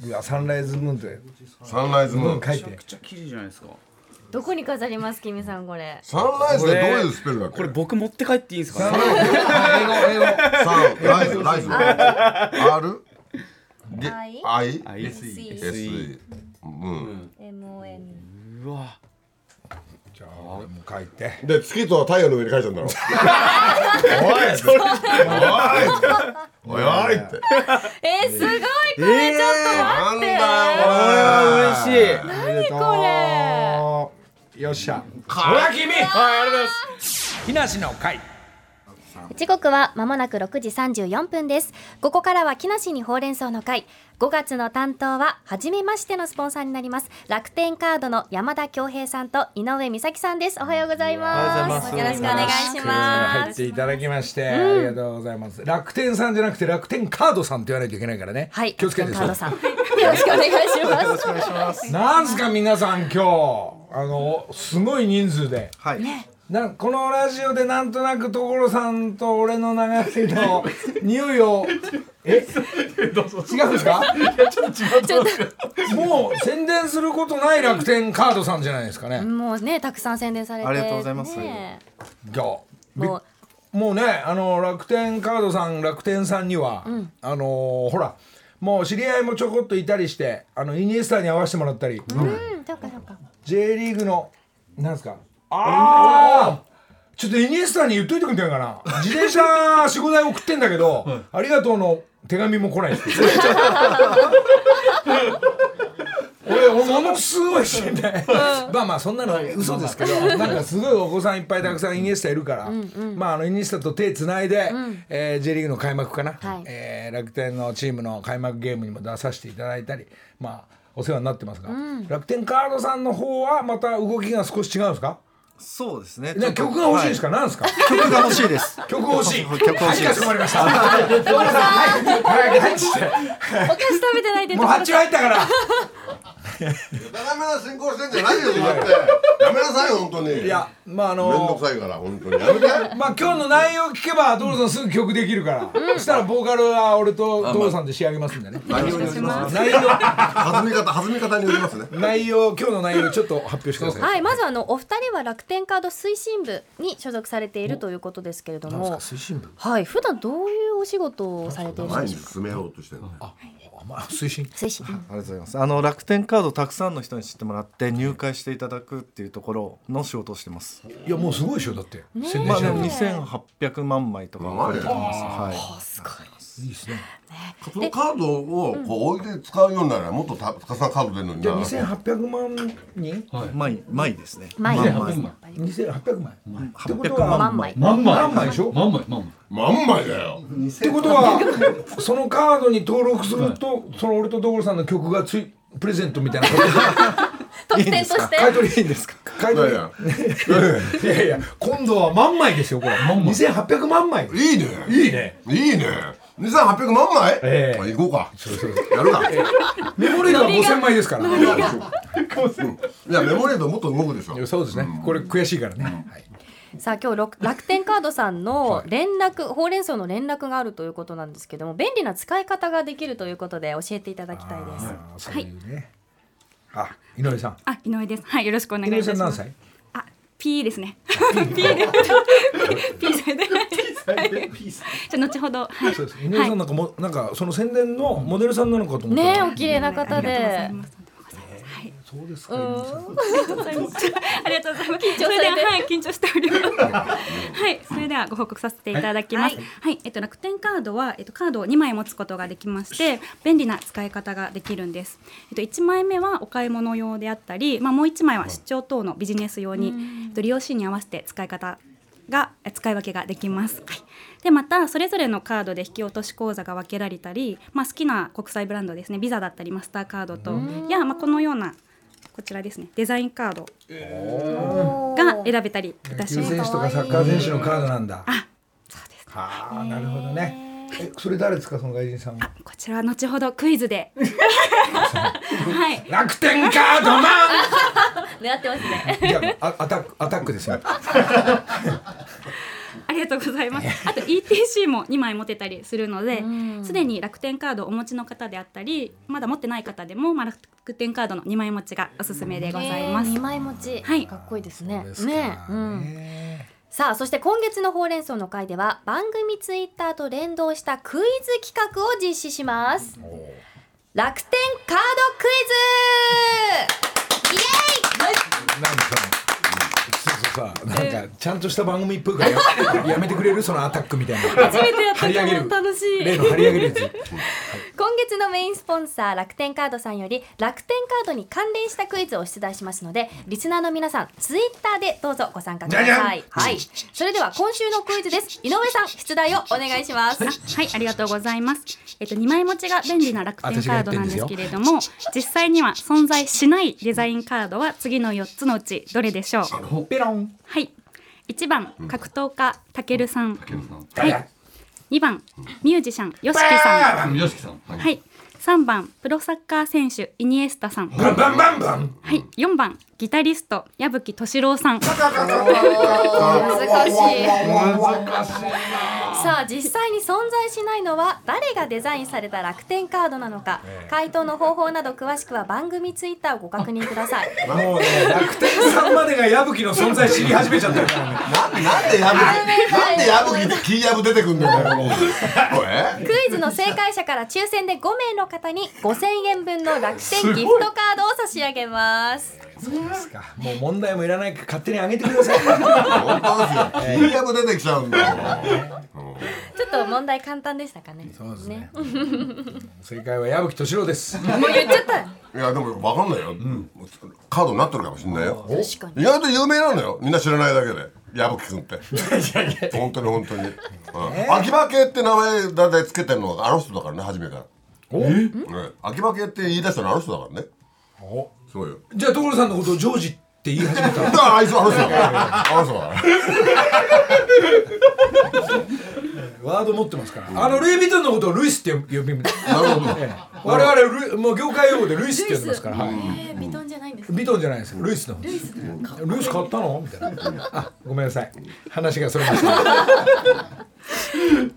[SPEAKER 4] い
[SPEAKER 1] いやサンライズムーンって
[SPEAKER 2] サンライズムーン
[SPEAKER 1] 書い
[SPEAKER 3] め
[SPEAKER 1] て
[SPEAKER 3] っちゃ綺麗じゃないですか。
[SPEAKER 4] どこに飾ります君さんこれ
[SPEAKER 2] サンライズってどういうスペルだっけ
[SPEAKER 3] これ僕持って帰っていいんですかね。
[SPEAKER 1] 英語英語
[SPEAKER 2] サンライズライズ R で
[SPEAKER 4] I
[SPEAKER 2] I
[SPEAKER 3] SE
[SPEAKER 2] S うん
[SPEAKER 4] MON
[SPEAKER 3] うわ。
[SPEAKER 1] じゃあ俺も書いて
[SPEAKER 2] で月と太陽の上に書いちゃうんだろ <laughs> おいおいおいおいって
[SPEAKER 4] えーすごいこれちょっと待って
[SPEAKER 2] なんだ
[SPEAKER 1] しい
[SPEAKER 4] 何これ
[SPEAKER 1] よっしゃ
[SPEAKER 3] は君はいありがとうございます
[SPEAKER 1] 木梨の会
[SPEAKER 6] 時刻はまもなく6時34分ですここからは木梨にほうれん草の会5月の担当は初めましてのスポンサーになります楽天カードの山田恭平さんと井上美咲さんですおはようございますよろしくお願いしま
[SPEAKER 1] 入っ
[SPEAKER 6] す
[SPEAKER 1] ていただきまして、ありがとうございます楽天さんじゃなくて楽天カードさんって言わないといけないからね
[SPEAKER 6] はい、
[SPEAKER 1] 気をつけて
[SPEAKER 6] 楽
[SPEAKER 1] ね
[SPEAKER 6] 天カードさんよろしくお願いします
[SPEAKER 1] なんすか皆さん今日あのすごい人数で
[SPEAKER 7] はい。
[SPEAKER 1] なこのラジオでなんとなく所さんと俺の流れの匂いをえ違うんですかもう宣伝することない楽天カードさんじゃないですかね
[SPEAKER 6] もうね、たくさん宣伝されて
[SPEAKER 7] ありがとうございます
[SPEAKER 6] ね
[SPEAKER 1] 今日び
[SPEAKER 6] もう
[SPEAKER 1] もうねあの楽天カードさん楽天さんには、あのーほらもう知り合いもちょこっといたりしてあのイニエスタに会わせてもらったり、
[SPEAKER 6] うん、そうかそうか
[SPEAKER 1] J リーグのなんですかああちょっとイニエスタに言っといてくんないかな自転車45台送ってんだけど、ありがとうの手紙も来ないです俺ものすごいしんないまあまあそんなの嘘ですけどなんかすごいお子さんいっぱいたくさんイニエスタいるからまああのイニエスタと手つないでえー J リーグの開幕かな
[SPEAKER 6] はい
[SPEAKER 1] えー楽天のチームの開幕ゲームにも出させていただいたりまあお世話になってますが楽天カードさんの方はまた動きが少し違うんですか
[SPEAKER 7] そうですね。
[SPEAKER 1] ね曲が欲しいです
[SPEAKER 7] か、
[SPEAKER 1] かなんですか
[SPEAKER 7] はい曲が欲しいです。
[SPEAKER 1] <laughs> 曲欲しい
[SPEAKER 7] 曲欲しい
[SPEAKER 1] は
[SPEAKER 7] で
[SPEAKER 1] いかし
[SPEAKER 7] す
[SPEAKER 1] こまりました所さんはい早く入ってきて
[SPEAKER 4] お菓子食べてないで
[SPEAKER 1] <laughs> もう発注入ったから
[SPEAKER 2] ダメな進行してんじゃないよだってやめなさい本当に
[SPEAKER 1] いやまああ
[SPEAKER 2] めんど
[SPEAKER 1] の
[SPEAKER 2] くさいから本当にやめて
[SPEAKER 1] まあ今日の内容聞けば所さんすぐ曲できるから、そしたらボーカルは俺と所さんで仕上げますんでね、
[SPEAKER 2] 内容によりますね
[SPEAKER 1] 内容
[SPEAKER 2] 弾み方弾み方によりますね
[SPEAKER 1] 内容今日の内容ちょっと発表してください
[SPEAKER 6] はい、まずあのお二人は楽天カード推進部に所属されているということですけれども
[SPEAKER 1] 推進部
[SPEAKER 6] はい、普段どういうお仕事をされているん
[SPEAKER 2] 前
[SPEAKER 6] で
[SPEAKER 2] に
[SPEAKER 6] しょう
[SPEAKER 2] 進めようとしてるね
[SPEAKER 1] あまあ推進
[SPEAKER 6] 推進
[SPEAKER 7] ありがとうございます。あの楽天カードたくさんの人に知ってもらって入会していただくっていうところの仕事をしてます。
[SPEAKER 1] いやもうすごいでしょだって、宣伝
[SPEAKER 7] まあ
[SPEAKER 1] し
[SPEAKER 7] で
[SPEAKER 1] ない
[SPEAKER 7] も
[SPEAKER 1] とい
[SPEAKER 7] 2800万枚とか超えてきます。はい。
[SPEAKER 1] いですね
[SPEAKER 2] そのカードをこう置いて使うようにならもっとたたくさんカード出るのに
[SPEAKER 1] じゃあ
[SPEAKER 2] な
[SPEAKER 1] 2800万人
[SPEAKER 7] 枚枚ですね。
[SPEAKER 6] 前
[SPEAKER 7] 万
[SPEAKER 6] 枚
[SPEAKER 7] 枚。
[SPEAKER 1] 2800枚ってこと
[SPEAKER 7] 800
[SPEAKER 1] は
[SPEAKER 6] 万枚
[SPEAKER 8] 万枚
[SPEAKER 1] 何枚でしょ
[SPEAKER 8] 万枚万枚
[SPEAKER 2] まんまだよ
[SPEAKER 1] ってことはそのカードに登録するとその俺と所さんの曲がついプレゼントみたいなこと
[SPEAKER 6] 特典として
[SPEAKER 1] 買い取り
[SPEAKER 7] いいんですか。
[SPEAKER 1] 買い
[SPEAKER 2] いや
[SPEAKER 1] 取
[SPEAKER 2] い
[SPEAKER 1] り
[SPEAKER 2] や
[SPEAKER 1] いやいや今度は万枚ですよこれ2800万枚
[SPEAKER 2] いいね
[SPEAKER 1] いいね
[SPEAKER 2] いいね2800万枚
[SPEAKER 1] ええ
[SPEAKER 2] まあ行こうかやるか
[SPEAKER 1] メモリードは5000枚ですから
[SPEAKER 2] いやメモリードもっと動くでしょ
[SPEAKER 1] いやそうですねこれ悔しいからねはい
[SPEAKER 6] さあ今日ろく楽天カードさんの連絡、ほうれん草の連絡があるということなんですけども便利な使い方ができるということで教えていただきたいです
[SPEAKER 1] あーそういうねあ井上さん
[SPEAKER 9] あ、井上です。はい、よろしくお願い
[SPEAKER 1] 井
[SPEAKER 9] い
[SPEAKER 1] 上
[SPEAKER 9] たし
[SPEAKER 1] さん
[SPEAKER 9] ま
[SPEAKER 1] 何
[SPEAKER 9] す。
[SPEAKER 1] 歳
[SPEAKER 9] あ、P ですね。P <laughs> で。P 歳
[SPEAKER 1] <laughs>
[SPEAKER 9] で。はいじゃあ後ほど。はい。
[SPEAKER 1] そうです井上さんなんかもなんかその宣伝のモデルさんなのかと思った
[SPEAKER 6] ねえ
[SPEAKER 1] ら
[SPEAKER 6] お綺麗な方で
[SPEAKER 1] そうですか井上さん
[SPEAKER 9] <laughs> ありがとうございます。緊張されて、はい、緊張しております。はい、それではご報告させていただきます。はい、えっと楽天カードはえっとカードを2枚持つことができまして、便利な使い方ができるんです。えっと1枚目はお買い物用であったり、まあもう1枚は出張等のビジネス用に、えっと利用シーンに合わせて使い方がえ使い分けができます。はい。でまたそれぞれのカードで引き落とし口座が分けられたり、まあ好きな国際ブランドですね、ビザだったりマスターカードとやまあこのようなこちらですねデザインカードが選べたりいたし
[SPEAKER 1] 野球選
[SPEAKER 9] ます
[SPEAKER 1] 手とかサッカー選手のカードなんだあそうですねあーなるほどねえそれ誰ですかその外人さんは
[SPEAKER 9] こちらは後ほどクイズ <laughs> ではい
[SPEAKER 1] 楽天カードマン
[SPEAKER 4] 狙ってますね
[SPEAKER 1] いやあアタックアタック <laughs> ですよ
[SPEAKER 9] ありがとうございますあと ETC も2枚持てたりするのですでに楽天カードをお持ちの方であったりまだ持ってない方でも、まあ、楽天カードの2枚持ちがおすすめでございます、
[SPEAKER 6] えー二枚持ち、
[SPEAKER 9] はい
[SPEAKER 6] かっこいいですね
[SPEAKER 1] ですか
[SPEAKER 6] ねえうん
[SPEAKER 1] ね
[SPEAKER 6] さあそして今月のほうれん草の会では番組ツイッターと連動したクイズ企画を実施します楽天カードクイズイエ
[SPEAKER 1] なんかそうそうさなんかちゃんとした番組っぽいからや <laughs> やめてくれるそのアタックみたいな
[SPEAKER 6] イ初めてやった
[SPEAKER 1] 張り上げ
[SPEAKER 6] け
[SPEAKER 1] る
[SPEAKER 6] ど楽しい
[SPEAKER 1] 例の張り上げるやつ
[SPEAKER 6] 今月のメインスポンサー楽天カードさんより楽天カードに関連したクイズを出題しますのでリスナーの皆さんツイッターでどうぞご参加くだ
[SPEAKER 1] じゃじゃ
[SPEAKER 6] さいはい。それでは今週のクイズです井上さん出題をお願いします
[SPEAKER 9] はい、ありがとうございます。えっと、2枚持ちが便利な楽天カードなんですけれども、実際には存在しないデザインカードは次の4つのうちどれでしょう
[SPEAKER 1] ペロン
[SPEAKER 9] はい。1番、格闘家、たけるさん。
[SPEAKER 1] は
[SPEAKER 9] はい。2番、ミュージシャン、よしきさん。
[SPEAKER 8] よしきさん。はい
[SPEAKER 9] はい。3番、プロサッカー選手、イニエスタさん。は
[SPEAKER 1] バンバンバンバン
[SPEAKER 9] い。4番、ギタリスト、矢吹敏郎さん。
[SPEAKER 6] 難しいさあ実際に存在しないのは誰がデザインされた楽天カードなのか回答の方法など詳しくは番組ツイッターをご確認ください
[SPEAKER 1] もうね楽天さんまでが矢吹の存在知り始めちゃってるから <laughs> ね
[SPEAKER 2] なんなんでやぶきなんでやぶきってキーヤブ出てくんだよもうこれ
[SPEAKER 6] クイズの正解者から抽選で5名の方に5000円分の楽天ギフトカードを差し上げます
[SPEAKER 1] もう問題もいらないから勝手にあげてください
[SPEAKER 2] 本当ですよキーヤブ出てきちゃうんだよ
[SPEAKER 6] ちょっと問題簡単でしたかねそうですね
[SPEAKER 1] 正解は矢吹敏郎 <laughs> です
[SPEAKER 2] いやでもわかんないよ、カードになってるかもしんないよ
[SPEAKER 6] 確かに
[SPEAKER 2] 意外と有名なのよみんな知らないだけで矢吹君って本当に本当に、うん秋葉系って名前だいたいつけてるのはあの人だからね初めから
[SPEAKER 1] お
[SPEAKER 2] ね秋葉系って言い出したのあの人だからね
[SPEAKER 1] お
[SPEAKER 2] すごいよ
[SPEAKER 1] じゃあ所さんのことをジョージって言い始めた
[SPEAKER 2] だからあいつはあの人だからあの人だから
[SPEAKER 1] <laughs> ワード持ってますから、あのルイ・ヴィトンのことをルイスって呼び <laughs> ます
[SPEAKER 2] なるほど
[SPEAKER 1] ええ我々ルイもう業界用語でルイスって呼んでますから、はい、
[SPEAKER 4] えー、ビトンじゃないんです
[SPEAKER 1] ヴィトンじゃないですルイスのルイスルイス買ったのみたいなあごめんなさい話がそれました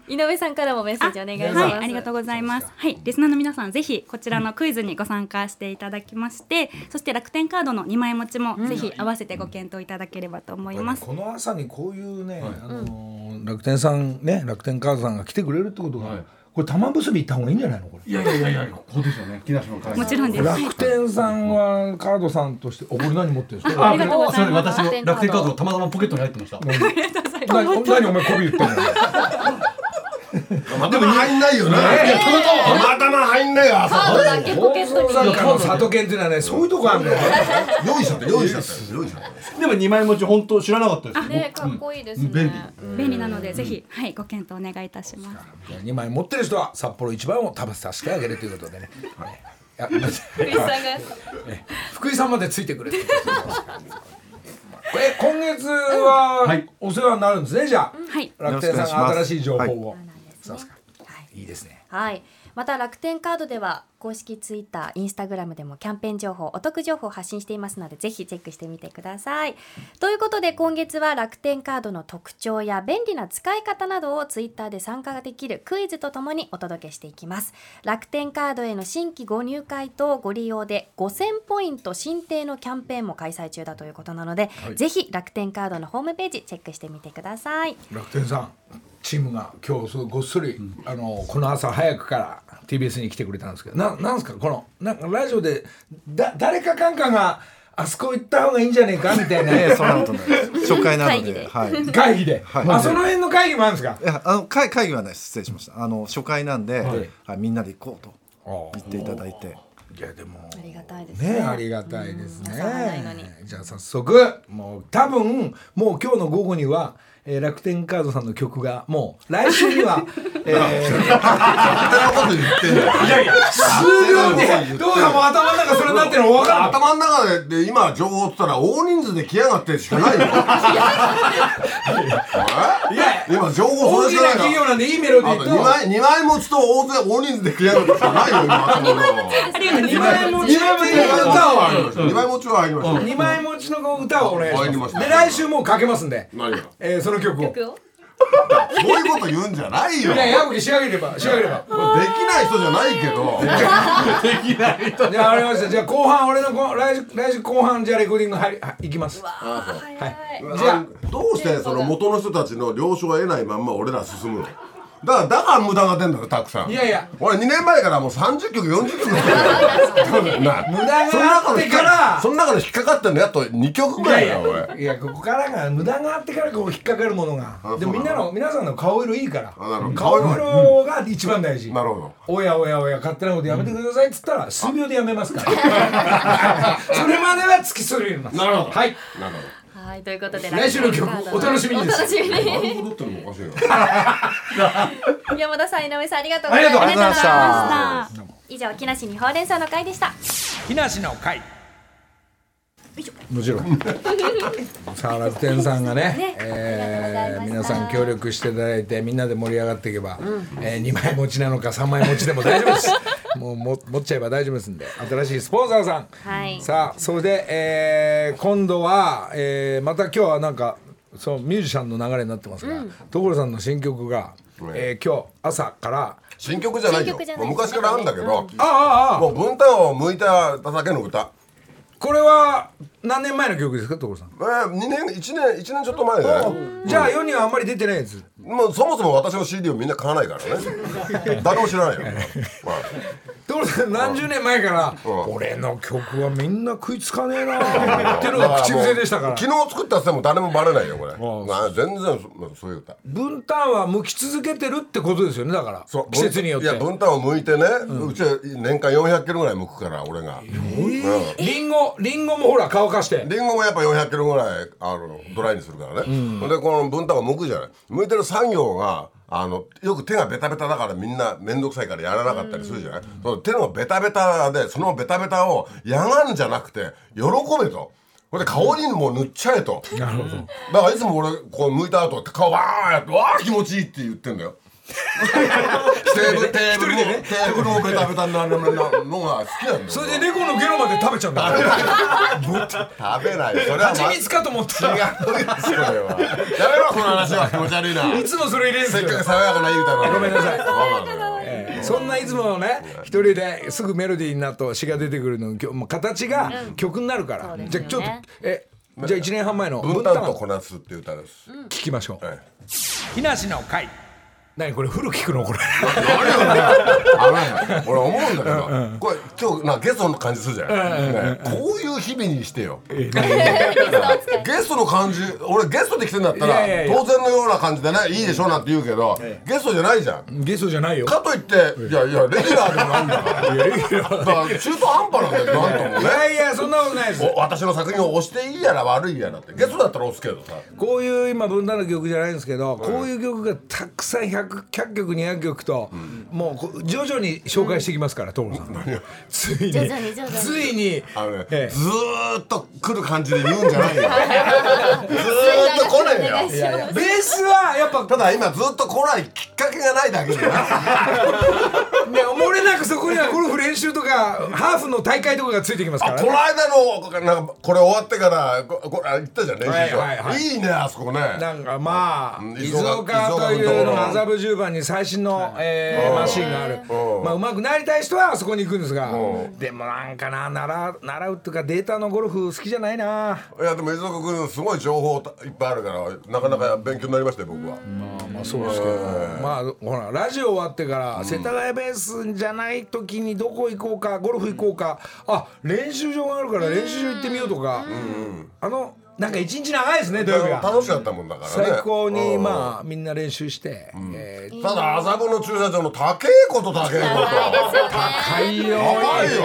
[SPEAKER 6] 井上さんからもメッセージお願いします、
[SPEAKER 9] はい、ありがとうございます。はい、リスナーの皆さん、ぜひこちらのクイズにご参加していただきまして、そして楽天カードの2枚持ちもぜひ合わせてご検討いただければと思います。
[SPEAKER 1] この朝にこういうね、あのー楽天さんね楽天カードさんが来てくれるってことが、
[SPEAKER 8] はい
[SPEAKER 1] これ玉結び行った方がいいんじゃないのこれ
[SPEAKER 8] いやいやいやいや、ここですよね。木梨の会。
[SPEAKER 9] もちろんです。はい
[SPEAKER 1] 楽天さんはカードさんとしておこれ何持ってるんですか
[SPEAKER 8] あ
[SPEAKER 9] ありがとうございます
[SPEAKER 8] それ私の楽天カードがたまたまポケットに入ってました。
[SPEAKER 1] な何お前媚び言ってんの
[SPEAKER 2] <laughs> またま入んないよな。
[SPEAKER 8] <laughs>
[SPEAKER 2] たまたま入んないよ。
[SPEAKER 6] カードだけポケットに
[SPEAKER 1] なんかの里犬っていうのはねそういうとこあるんだよ
[SPEAKER 2] 用意しちゃった。用意しちゃった。用意しちゃっ
[SPEAKER 5] でも二枚持ち本当知らなかったです。
[SPEAKER 6] ねかっこいいですね、
[SPEAKER 8] 便利
[SPEAKER 9] 便利なので、ぜひ、はい、ご検討お願いいたします。
[SPEAKER 1] 2枚持ってる人は札幌一番を食べさせてあげるということでね。はいいやごめんなさい
[SPEAKER 6] 福井さんが
[SPEAKER 1] 福井さんまでついてくれる。え今月は
[SPEAKER 8] はい
[SPEAKER 1] お世話になるんですねじゃあ。
[SPEAKER 9] はい、
[SPEAKER 1] 楽天さん
[SPEAKER 7] よろしくお願いしま
[SPEAKER 1] が
[SPEAKER 7] す
[SPEAKER 1] 新しい情報を。そうですか
[SPEAKER 6] はい
[SPEAKER 1] いいですね。
[SPEAKER 6] はい。また楽天カードでは公式ツイッター、インスタグラムでもキャンペーン情報、お得情報を発信していますので、ぜひチェックしてみてください。ということで今月は楽天カードの特徴や便利な使い方などをツイッターで参加ができるクイズとともにお届けしていきます。楽天カードへの新規ご入会とご利用で5000ポイント新定のキャンペーンも開催中だということなので、ぜひ楽天カードのホームページチェックしてみてください。
[SPEAKER 1] 楽天さんチームが今日すごいごっそり、あのこの朝早くから TBS に来てくれたんですけどななんですかこのなんかラジオでだ誰かかんかがあそこ行った方がいいんじゃねえかみたいな、
[SPEAKER 7] ええ、そんなことないです。初回な
[SPEAKER 6] 会
[SPEAKER 7] の
[SPEAKER 6] 議で
[SPEAKER 7] で、はい。い
[SPEAKER 1] 会議で、
[SPEAKER 7] はい
[SPEAKER 1] あその辺の会議もあるんですか
[SPEAKER 7] や、あの会会議はないです。失礼しました。あの初回なんで、
[SPEAKER 1] はい
[SPEAKER 7] はい、みんなで行こうと
[SPEAKER 1] あ
[SPEAKER 7] 言っていただいて。
[SPEAKER 1] いやでも
[SPEAKER 6] ありがたいですね。
[SPEAKER 1] ねありがたいですね
[SPEAKER 6] うん朝早いのに
[SPEAKER 1] じゃあ早速もう多分もう今日の午後には、えー楽天カードさんの曲がもう来週には、えー、
[SPEAKER 2] た。勝手なこと言ってんだよ。
[SPEAKER 1] 数秒でどうかもう頭の中それになってるの分かん
[SPEAKER 2] 頭の中で今情報っつったら大人数で来やがってしかないよ。
[SPEAKER 1] ないいや
[SPEAKER 2] え今情報
[SPEAKER 1] 大
[SPEAKER 2] それ
[SPEAKER 1] き
[SPEAKER 2] じ
[SPEAKER 1] な
[SPEAKER 2] ゃない
[SPEAKER 1] 企業
[SPEAKER 2] か
[SPEAKER 1] なんでいいメロディ
[SPEAKER 2] あ
[SPEAKER 1] ー
[SPEAKER 2] と
[SPEAKER 1] と
[SPEAKER 2] 二枚二枚持ちと大勢大人数で来やがってしかないよ今頭の中は。
[SPEAKER 1] 2枚持ちの歌を
[SPEAKER 2] は入りました。二枚持ちは入りました。
[SPEAKER 1] 二枚持ちの歌をお願いします
[SPEAKER 2] わか
[SPEAKER 1] で
[SPEAKER 2] りました
[SPEAKER 1] 来週もうかけますんで、
[SPEAKER 2] 何が。
[SPEAKER 1] えー、その曲を
[SPEAKER 6] 曲
[SPEAKER 2] そ
[SPEAKER 6] を
[SPEAKER 2] ういうこと言うんじゃないよ。
[SPEAKER 1] い
[SPEAKER 2] こ
[SPEAKER 1] や
[SPEAKER 2] れで
[SPEAKER 1] 矢吹仕上げれば仕上げれ
[SPEAKER 2] <laughs>
[SPEAKER 1] ば
[SPEAKER 2] きない人じゃないけど。
[SPEAKER 1] じゃあ分かりましたじゃあ後半俺のこ来週来週後半じゃあレコーディング入りはい行きますはい
[SPEAKER 2] じゃあどうしてその元の人たちの了承を得ないまんま俺ら進むのだからだから無駄が出るんだよたくさん
[SPEAKER 1] いやいや
[SPEAKER 2] 俺2年前からもう30曲40曲
[SPEAKER 1] <laughs>
[SPEAKER 2] 作ってるな
[SPEAKER 1] 無駄があってから
[SPEAKER 2] その中で引っかかってんのやっと2曲ぐらいだよ俺
[SPEAKER 1] いやここからが無駄があってからこう引っかかるものが
[SPEAKER 2] あ
[SPEAKER 1] でもみ
[SPEAKER 2] そ
[SPEAKER 1] ん
[SPEAKER 2] うな
[SPEAKER 1] な
[SPEAKER 2] の
[SPEAKER 1] の皆さんの顔色いいから
[SPEAKER 2] あなるほど
[SPEAKER 1] 顔色が一番大事
[SPEAKER 2] なるほど
[SPEAKER 1] おやおやおや勝手なことやめてくださいっつったら数秒でやめますから
[SPEAKER 2] <laughs>
[SPEAKER 1] それまでは突き進みます
[SPEAKER 2] なるほど
[SPEAKER 1] はい
[SPEAKER 2] なるほど
[SPEAKER 4] はい、ということで
[SPEAKER 1] 来週の曲お楽しみにです
[SPEAKER 4] お楽しみに
[SPEAKER 2] 何事ってのもおかしいな
[SPEAKER 6] 山田さん井上さんありがとうご
[SPEAKER 1] あ
[SPEAKER 6] ざ
[SPEAKER 1] り
[SPEAKER 6] い
[SPEAKER 1] がとう
[SPEAKER 6] ま
[SPEAKER 1] ござ
[SPEAKER 6] す
[SPEAKER 1] い
[SPEAKER 6] ま
[SPEAKER 1] ま
[SPEAKER 6] し
[SPEAKER 1] した
[SPEAKER 9] あー
[SPEAKER 6] 以上木梨にほうれん草の会でした
[SPEAKER 1] 木梨の会もちろ <laughs> んさあ楽天さんがねえー皆さん協力していただいてみんなで盛り上がっていけば、えー、2枚持ちなのか3枚持ちでも大丈夫です <laughs> もうも持っちゃえば大丈夫ですんで新しいスポンサーさん、
[SPEAKER 6] はい
[SPEAKER 1] さあそれで、えー今度は、えーまた今日はなんかそのミュージシャンの流れになってますが、所さんの新曲が、えー今日朝から
[SPEAKER 2] 新曲じゃない
[SPEAKER 6] 新
[SPEAKER 2] よ
[SPEAKER 6] 曲じゃない
[SPEAKER 2] もう昔からあるんだけど
[SPEAKER 1] ああああ
[SPEAKER 2] もう文旦を向いただけの歌
[SPEAKER 1] これは何年前の曲ですか所さん
[SPEAKER 2] えー、2年1年一年ちょっと前だよ
[SPEAKER 1] じゃあ世にはあんまり出てないやつ
[SPEAKER 2] もうそもそも私の CD をみんな買わないからね誰も知
[SPEAKER 1] <laughs>
[SPEAKER 2] らないよ、まあ
[SPEAKER 1] 所さん何十年前から
[SPEAKER 2] うん
[SPEAKER 1] 俺の曲はみんな食いつかねえなっていうのが口癖でしたから
[SPEAKER 2] 昨日作ったっつっても誰もバレないよこれ
[SPEAKER 1] あ
[SPEAKER 2] まあ全然そそういう歌
[SPEAKER 1] 分担は向き続けてるってことですよねだから
[SPEAKER 2] そう
[SPEAKER 1] 季節によって
[SPEAKER 2] いや分担を向いてね、うちは年間400キロぐらい向くから俺が、うん
[SPEAKER 1] リンゴリンゴもほら乾かして
[SPEAKER 2] リンゴもやっぱ400キロぐらいあのドライにするからね、でこの分担が向くじゃない向いてる作業があのよく手がベタベタだからみんな面倒くさいからやらなかったりするじゃない、その手のベタベタでそのベタベタをやがるんじゃなくて喜べと。これで顔にもう塗っちゃえと、なるほどだからいつも俺こう向いた後って顔バーンやって「わあ気持ちいい」って言って
[SPEAKER 1] <laughs>
[SPEAKER 2] んだよテーブルテーブルもテーブルもベタベタになるのが好きなんだよ
[SPEAKER 1] それで猫のゲロまで食べちゃうんだ
[SPEAKER 2] 食べないそれはま
[SPEAKER 1] 蜂蜜かと思った
[SPEAKER 2] 違うよそれ
[SPEAKER 1] ら
[SPEAKER 2] はやめろこの話は気持ち悪いない
[SPEAKER 1] つもそれ入れるんです
[SPEAKER 2] せっ
[SPEAKER 1] よ
[SPEAKER 2] かく爽やかないい歌なのごめんなさい
[SPEAKER 1] ええそんないつもね一人ですぐメロディーになると詩が出てくるのきょもう形が曲になるから、
[SPEAKER 6] うん
[SPEAKER 1] じゃあちょっと
[SPEAKER 6] そうですよね
[SPEAKER 1] えじゃあ1年半前の
[SPEAKER 2] 分
[SPEAKER 1] 分
[SPEAKER 2] 担
[SPEAKER 1] 担
[SPEAKER 2] と
[SPEAKER 1] を
[SPEAKER 2] こなすっていう歌です
[SPEAKER 1] 聞きましょう、
[SPEAKER 2] はい
[SPEAKER 1] 木梨の会何これフル聞くのこれ
[SPEAKER 2] あのね俺思うんだけどこれ今日なんかゲストの感じするじゃんねこういう日々にしてよゲストの感じ俺ゲストで来てんだったら
[SPEAKER 1] いやいやいや
[SPEAKER 2] 当然のような感じでねいいでしょなんて言うけどゲストじゃないじゃん
[SPEAKER 1] ゲストじゃないよ
[SPEAKER 2] かといっていやいやレギュラーでもなんだからだから中途半端なんだよなんとも
[SPEAKER 1] い
[SPEAKER 2] ね
[SPEAKER 1] やいやそんなことないです
[SPEAKER 2] お私の作品を押していいやら悪いやらってゲストだったら押すけどさ
[SPEAKER 1] こういう今分断の曲じゃないんですけど、こういう曲がたくさん 100, 100曲200曲と、もうこう徐々に紹介していきますから所さんついに
[SPEAKER 6] 徐々に徐々に
[SPEAKER 1] ついに
[SPEAKER 2] あのね、
[SPEAKER 1] ええ
[SPEAKER 2] ずーっと来る感じで言うんじゃないよずーっと来ないよ
[SPEAKER 1] いやいやベースはやっぱ
[SPEAKER 2] ただ今ずっと来ないきっかけがないだけで
[SPEAKER 1] <laughs>
[SPEAKER 2] な
[SPEAKER 1] ね、漏れなくそこにはゴルフ練習とかハーフの大会とかがついてきますか
[SPEAKER 2] あ
[SPEAKER 1] ら
[SPEAKER 2] この
[SPEAKER 1] ね
[SPEAKER 2] 間のなんかこれ終わってからここあ行ったじゃん練習場、
[SPEAKER 1] はい
[SPEAKER 2] い
[SPEAKER 1] はい
[SPEAKER 2] い
[SPEAKER 1] はい
[SPEAKER 2] ねあそこね
[SPEAKER 1] なんかまあ
[SPEAKER 2] うん
[SPEAKER 1] 伊豆岡と
[SPEAKER 2] 伊豆
[SPEAKER 1] いう
[SPEAKER 2] 岡の
[SPEAKER 1] 麻布十番に最新の、えーマシンがある
[SPEAKER 2] うん
[SPEAKER 1] まあ上手くなりたい人はあそこに行くんですが
[SPEAKER 2] うん
[SPEAKER 1] でもなんかな習う習うっていうかデータのゴルフ好きじゃないない
[SPEAKER 2] やでも伊豆岡君すごい情報いっぱいあるからなかなか勉強になりましたよ僕は、
[SPEAKER 1] まあそうですけどまあほらラジオ終わってから世田谷ベースじゃない時にどこ行こうかゴルフ行こうかあ練習場があるから練習場行ってみようとかあのなんか一日長いですね土曜日が。
[SPEAKER 2] 楽しかったもんだからね
[SPEAKER 1] 最高に
[SPEAKER 2] うん
[SPEAKER 1] まあみんな練習して、えー
[SPEAKER 2] ただ麻布の駐車場の高えこと高えこと
[SPEAKER 1] 高いよ
[SPEAKER 2] 高いよ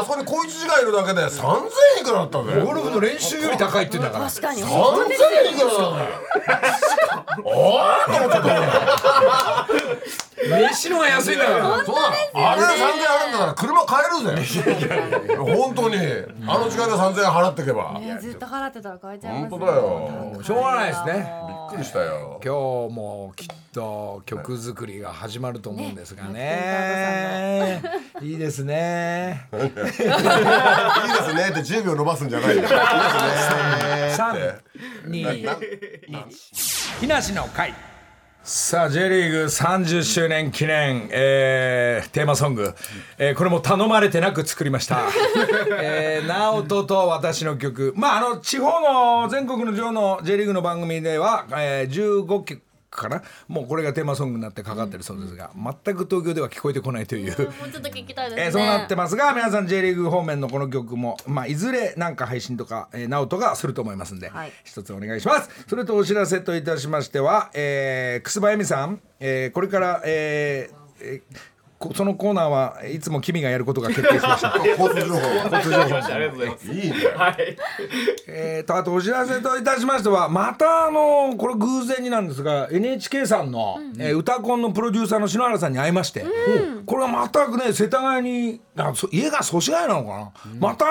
[SPEAKER 2] あそこに小一時間いるだけで3000いくらだったぜ
[SPEAKER 1] ゴルフの練習より高いって言うんだから
[SPEAKER 6] 確かに
[SPEAKER 2] 3000いくらだねおーと思っちゃった
[SPEAKER 1] 飯の方が安いんだから
[SPEAKER 2] そうだあれで3000円払うんだから車買えるぜ本当にあの時間で3000円払ってけば
[SPEAKER 4] ねずっと払ってたら変えちゃいます
[SPEAKER 2] 本
[SPEAKER 4] ね
[SPEAKER 2] 当だよ
[SPEAKER 1] しょうがないですね
[SPEAKER 2] びっくりしたよ
[SPEAKER 1] 今日もきっと曲作りが始まると思うんですがね
[SPEAKER 4] ね
[SPEAKER 1] いいですね
[SPEAKER 2] いいですねって10秒伸ばすんじゃ
[SPEAKER 6] <laughs>
[SPEAKER 2] ないよいいですねーって
[SPEAKER 1] 321日梨の会さあ J リーグ30周年記念、えーテーマソング、えーこれも頼まれてなく作りま <laughs> した、えー、直人と私の曲まああの地方の全国の上の J リーグの番組では、えー、15曲かなもうこれがテーマソングになってかかってるそうですが、全く東京では聞こえてこないという、
[SPEAKER 6] もうちょっと聞きたいですね。
[SPEAKER 1] えーそうなってますが皆さん J リーグ方面のこの曲も、まあ、いずれなんか配信とか、えー、ナオトがすると思いますんで、
[SPEAKER 6] はい
[SPEAKER 1] 一つお願いしますそれとお知らせといたしましては、えー、楠葉恵美さん、えーこれから、えーえーこそのコーナーはいつも君がやることが決定しました
[SPEAKER 2] 交通情報
[SPEAKER 3] 交通情報ありがとうございます。
[SPEAKER 2] いいね
[SPEAKER 3] はい。
[SPEAKER 1] えー、とあとお知らせといたしましてはまたあのこれ偶然になんですが NHK さんの、えー歌コンのプロデューサーの篠原さんに会いまして、これは全くね世田谷になんかそ家が祖師ヶ谷なのかな、また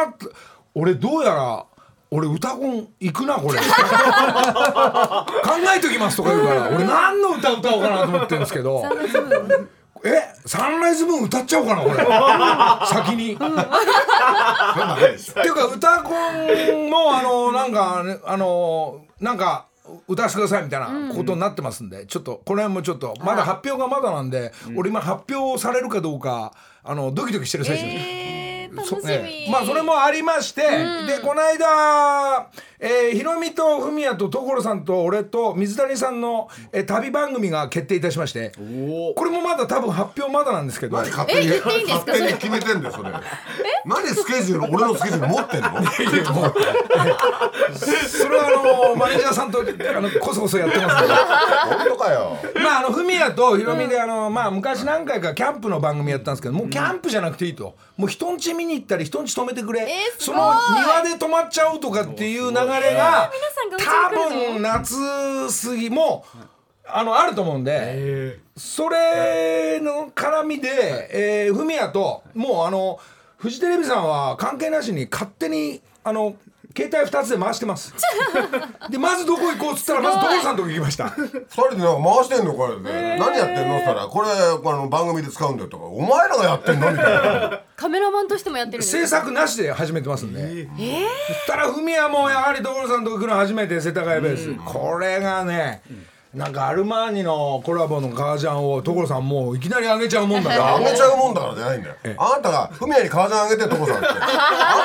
[SPEAKER 1] 俺どうやら俺歌コン行くなこ <laughs> れ考えときますとか言うから俺何の歌歌おうかなと思ってるんですけど。えサンライズムーン歌っちゃおうかなこれ先に。
[SPEAKER 2] そんなないでしょ
[SPEAKER 1] っていうか歌コンもあのなんかねあのなんか歌わせてくださいみたいなことになってますんで、ちょっとこの辺もちょっとまだ発表がまだなんで、俺今発表されるかどうかあのドキドキしてる最中です。
[SPEAKER 6] えー、楽し
[SPEAKER 1] そ
[SPEAKER 6] み。
[SPEAKER 1] ええまあそれもありまして、でこの間、えー、ひろみとふみやと所さんと俺と水谷さんの、えー旅番組が決定いたしましてこれもまだ多分発表まだなんですけど
[SPEAKER 2] 何勝手に
[SPEAKER 6] え言っていいんですか
[SPEAKER 2] 勝手に決めてんだよそれ何スケジュール俺のスケジュール持ってんの
[SPEAKER 1] それはあのマネージャーさんとあのこそこそやってますけど。
[SPEAKER 2] 本当かよ
[SPEAKER 1] <laughs> まああのフミヤとヒロミであの、まあ、昔何回かキャンプの番組やったんですけどもうキャンプじゃなくていいと、もう人ん家見に行ったり人ん家泊めてくれ、
[SPEAKER 6] ーす
[SPEAKER 1] そ
[SPEAKER 6] ごい
[SPEAKER 1] の庭で泊まっちゃおうとかっていう流れが
[SPEAKER 6] 皆さんが
[SPEAKER 1] 多
[SPEAKER 6] うちに来るの
[SPEAKER 1] 分夏過ぎもあのあると思うんでそれの絡みで、えー、フミヤともうあのフジテレビさんは関係なしに勝手にあの携帯2つで回して
[SPEAKER 6] <laughs>
[SPEAKER 1] ます。でまずどこ行こうっつったらまず所さんのとこ行きました。
[SPEAKER 2] 二人でなんか回してんのこれで何やってんのって言ったらこれあの番組で使うんだよとかお前らがやってんのみたいな
[SPEAKER 6] カメラマンとしてもやってるんです
[SPEAKER 1] 制作なしで始めてますんで、そしたらフミヤもやはり所さんと行くの初めて世田谷ベース、これがね、なんかアルマーニのコラボの革ジャンを所さんもういきなり <laughs> 上げちゃうもんだから
[SPEAKER 2] あげちゃうもんだからじゃないんだよあんたがフミヤに革ジャンあげてとこさんってあ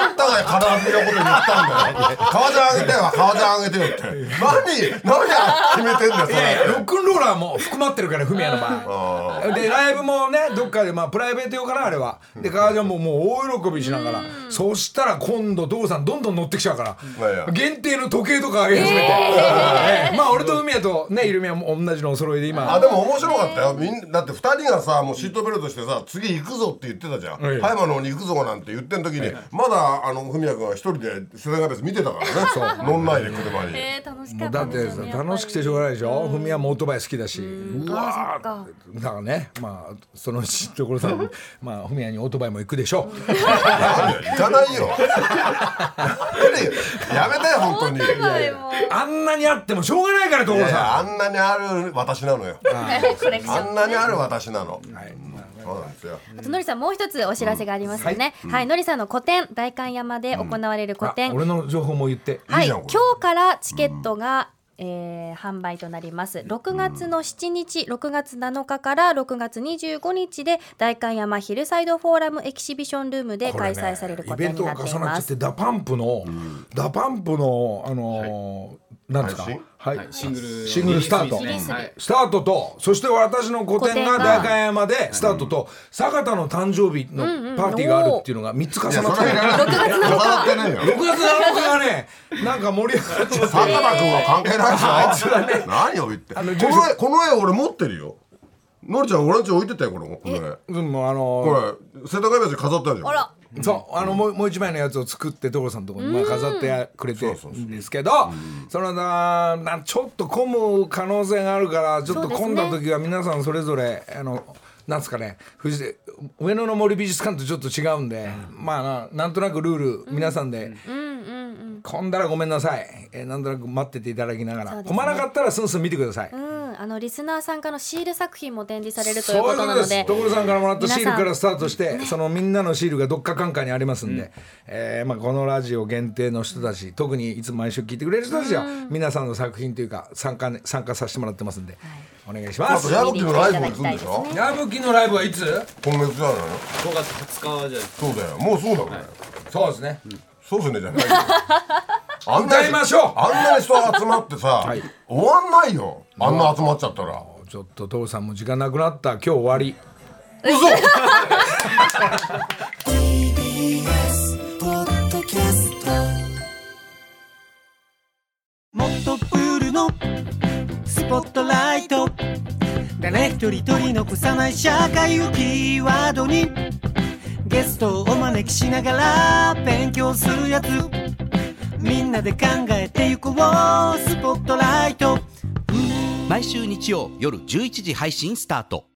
[SPEAKER 2] んたが革ジャンのこと言ったんだよ革ジャンあげてよ革ジャンあげてよって何何や決めてんだよそれ
[SPEAKER 1] ロックンローラーも含まってるからフミヤの <laughs> 場合でライブもねどっかでまあプライベート用かなあれはで革ジャンももう大喜びしながらそしたら今度所さんどんどん乗ってきちゃうか
[SPEAKER 2] いやい
[SPEAKER 1] ら
[SPEAKER 2] や
[SPEAKER 1] 限定の時計とかあげ始めて、え <laughs> えまあ俺とフミヤとねイルミヤも同じのお揃いで今
[SPEAKER 2] あでも面白かったよみんだって2人がさもうシートベルトしてさ次行くぞって言ってたじゃん
[SPEAKER 1] ええ
[SPEAKER 2] 葉山の方に行くぞなんて言ってん時にまだあの文也君は一人で世田谷ベース見てた <laughs> からね乗んないで車に
[SPEAKER 6] えー、楽しか
[SPEAKER 1] もう
[SPEAKER 6] っ
[SPEAKER 1] だ
[SPEAKER 6] た
[SPEAKER 1] っ
[SPEAKER 6] です
[SPEAKER 1] て
[SPEAKER 6] よ
[SPEAKER 1] さ
[SPEAKER 6] ね
[SPEAKER 1] 楽しくてしょうがないでしょふみはもうオートバイ好きだしうわ
[SPEAKER 6] そっか
[SPEAKER 1] ーだからねまあそのうち所さんもまあふみやにオートバイも行くでしょ <laughs> う
[SPEAKER 2] なんで行かないよやめてよ本当に
[SPEAKER 6] はいもう
[SPEAKER 1] あんなにあってもしょうがないから所
[SPEAKER 2] いやいや
[SPEAKER 1] さ
[SPEAKER 2] あんなにある私なのよ
[SPEAKER 6] コレクシ
[SPEAKER 2] あ
[SPEAKER 6] ョン
[SPEAKER 2] んなにある私なのそうなんですよ
[SPEAKER 6] あとのりさんもう一つお知らせがありますよね、はい、のりさんの個展代官山で行われる個
[SPEAKER 1] んあ
[SPEAKER 6] 展、
[SPEAKER 1] 俺の情報も言って
[SPEAKER 6] はい
[SPEAKER 2] いじゃん
[SPEAKER 6] 今
[SPEAKER 2] これ
[SPEAKER 6] 日からチケットが、えー販売となります6月の7日、6月7日から6月25日で代官山ヒルサイドフォーラムエキシビションルームで
[SPEAKER 1] これ
[SPEAKER 6] 開
[SPEAKER 1] ね
[SPEAKER 6] 催されるこ
[SPEAKER 1] イベ
[SPEAKER 6] と
[SPEAKER 1] ント
[SPEAKER 6] にな
[SPEAKER 1] が重
[SPEAKER 6] っ
[SPEAKER 1] なっ
[SPEAKER 6] てい
[SPEAKER 1] ちゃ
[SPEAKER 6] ま
[SPEAKER 1] って
[SPEAKER 6] す。
[SPEAKER 1] ダパンプのダパンプのあのーなんですか
[SPEAKER 2] 配信
[SPEAKER 1] はい
[SPEAKER 3] シングル。
[SPEAKER 1] シングルスタート
[SPEAKER 3] リリースですね
[SPEAKER 6] リリ
[SPEAKER 3] は
[SPEAKER 6] ース日
[SPEAKER 3] い
[SPEAKER 1] スタートとそして私の個展が
[SPEAKER 6] 個展が
[SPEAKER 1] 代官山でスタートと坂田の誕生日のパーティーがあるっていうのが3つ重
[SPEAKER 2] いや
[SPEAKER 1] な
[SPEAKER 2] そ
[SPEAKER 1] っ
[SPEAKER 2] れ
[SPEAKER 1] て
[SPEAKER 2] はいらない重なってないよ
[SPEAKER 1] 6月7日がねなんか盛り上がっちゃって
[SPEAKER 2] 坂田君は関係ないでしょ何を言ってこ
[SPEAKER 1] の
[SPEAKER 2] の絵この絵俺持ってるよのりちゃん俺んち置いてたよこのこの絵
[SPEAKER 1] うんもうあの
[SPEAKER 2] これ世田谷ベースに飾ってあるじゃん
[SPEAKER 6] あら、
[SPEAKER 1] そうあのもうもう一枚のやつを作って所さんのところにまあ飾ってくれてるんですけどそのななちょっと混む可能性があるからちょっと
[SPEAKER 6] そうですね
[SPEAKER 1] 混んだ時は皆さんそれぞれあのなんですかね藤井上野の森美術館とちょっと違うんで、まあななんとなくルール皆さんで、混んだらごめんなさい、えーなんとなく待ってていただきながら、
[SPEAKER 6] そうです
[SPEAKER 1] 混
[SPEAKER 6] ね
[SPEAKER 1] まなかったらスンスン見てください。
[SPEAKER 6] うん、あのリスナー参加のシール作品も展示される
[SPEAKER 1] そ
[SPEAKER 6] と
[SPEAKER 1] う
[SPEAKER 6] い
[SPEAKER 1] いううこ
[SPEAKER 6] こと
[SPEAKER 1] と
[SPEAKER 6] な
[SPEAKER 1] で
[SPEAKER 6] の
[SPEAKER 1] す
[SPEAKER 6] で、
[SPEAKER 1] 所さんからもらったシールから
[SPEAKER 6] 皆
[SPEAKER 1] スタートして、そのみんなのシールがどっかかんかにありますんで、えーまあ、このラジオ限定の人たち特にいつも毎週聞いてくれる人たちは、皆さんの作品というか参加,、参加させてもらってますんで、お願いしま
[SPEAKER 2] あ
[SPEAKER 1] す
[SPEAKER 2] と。矢吹のライブも行くんでしょ
[SPEAKER 1] 矢吹のライブはいつ
[SPEAKER 2] 今月じゃないの
[SPEAKER 3] 5月20日じゃないですか。
[SPEAKER 2] そうだよもうそうだよね
[SPEAKER 1] そうですね、
[SPEAKER 2] そうですねじゃないよあん
[SPEAKER 1] <laughs>
[SPEAKER 2] な
[SPEAKER 1] 歌いましょう
[SPEAKER 2] あんなに人集まってさ、
[SPEAKER 1] い
[SPEAKER 2] 終わんないよあんな集まっちゃったら
[SPEAKER 1] ちょっと父さんも時間なくなった今日終わり
[SPEAKER 10] もっとプールのスポットライト誰一人取り残さない社会をキーワードにゲストをお招きしながら勉強するやつみんなで考えてゆこうスポットライト
[SPEAKER 11] 毎週日曜夜11時配信スタート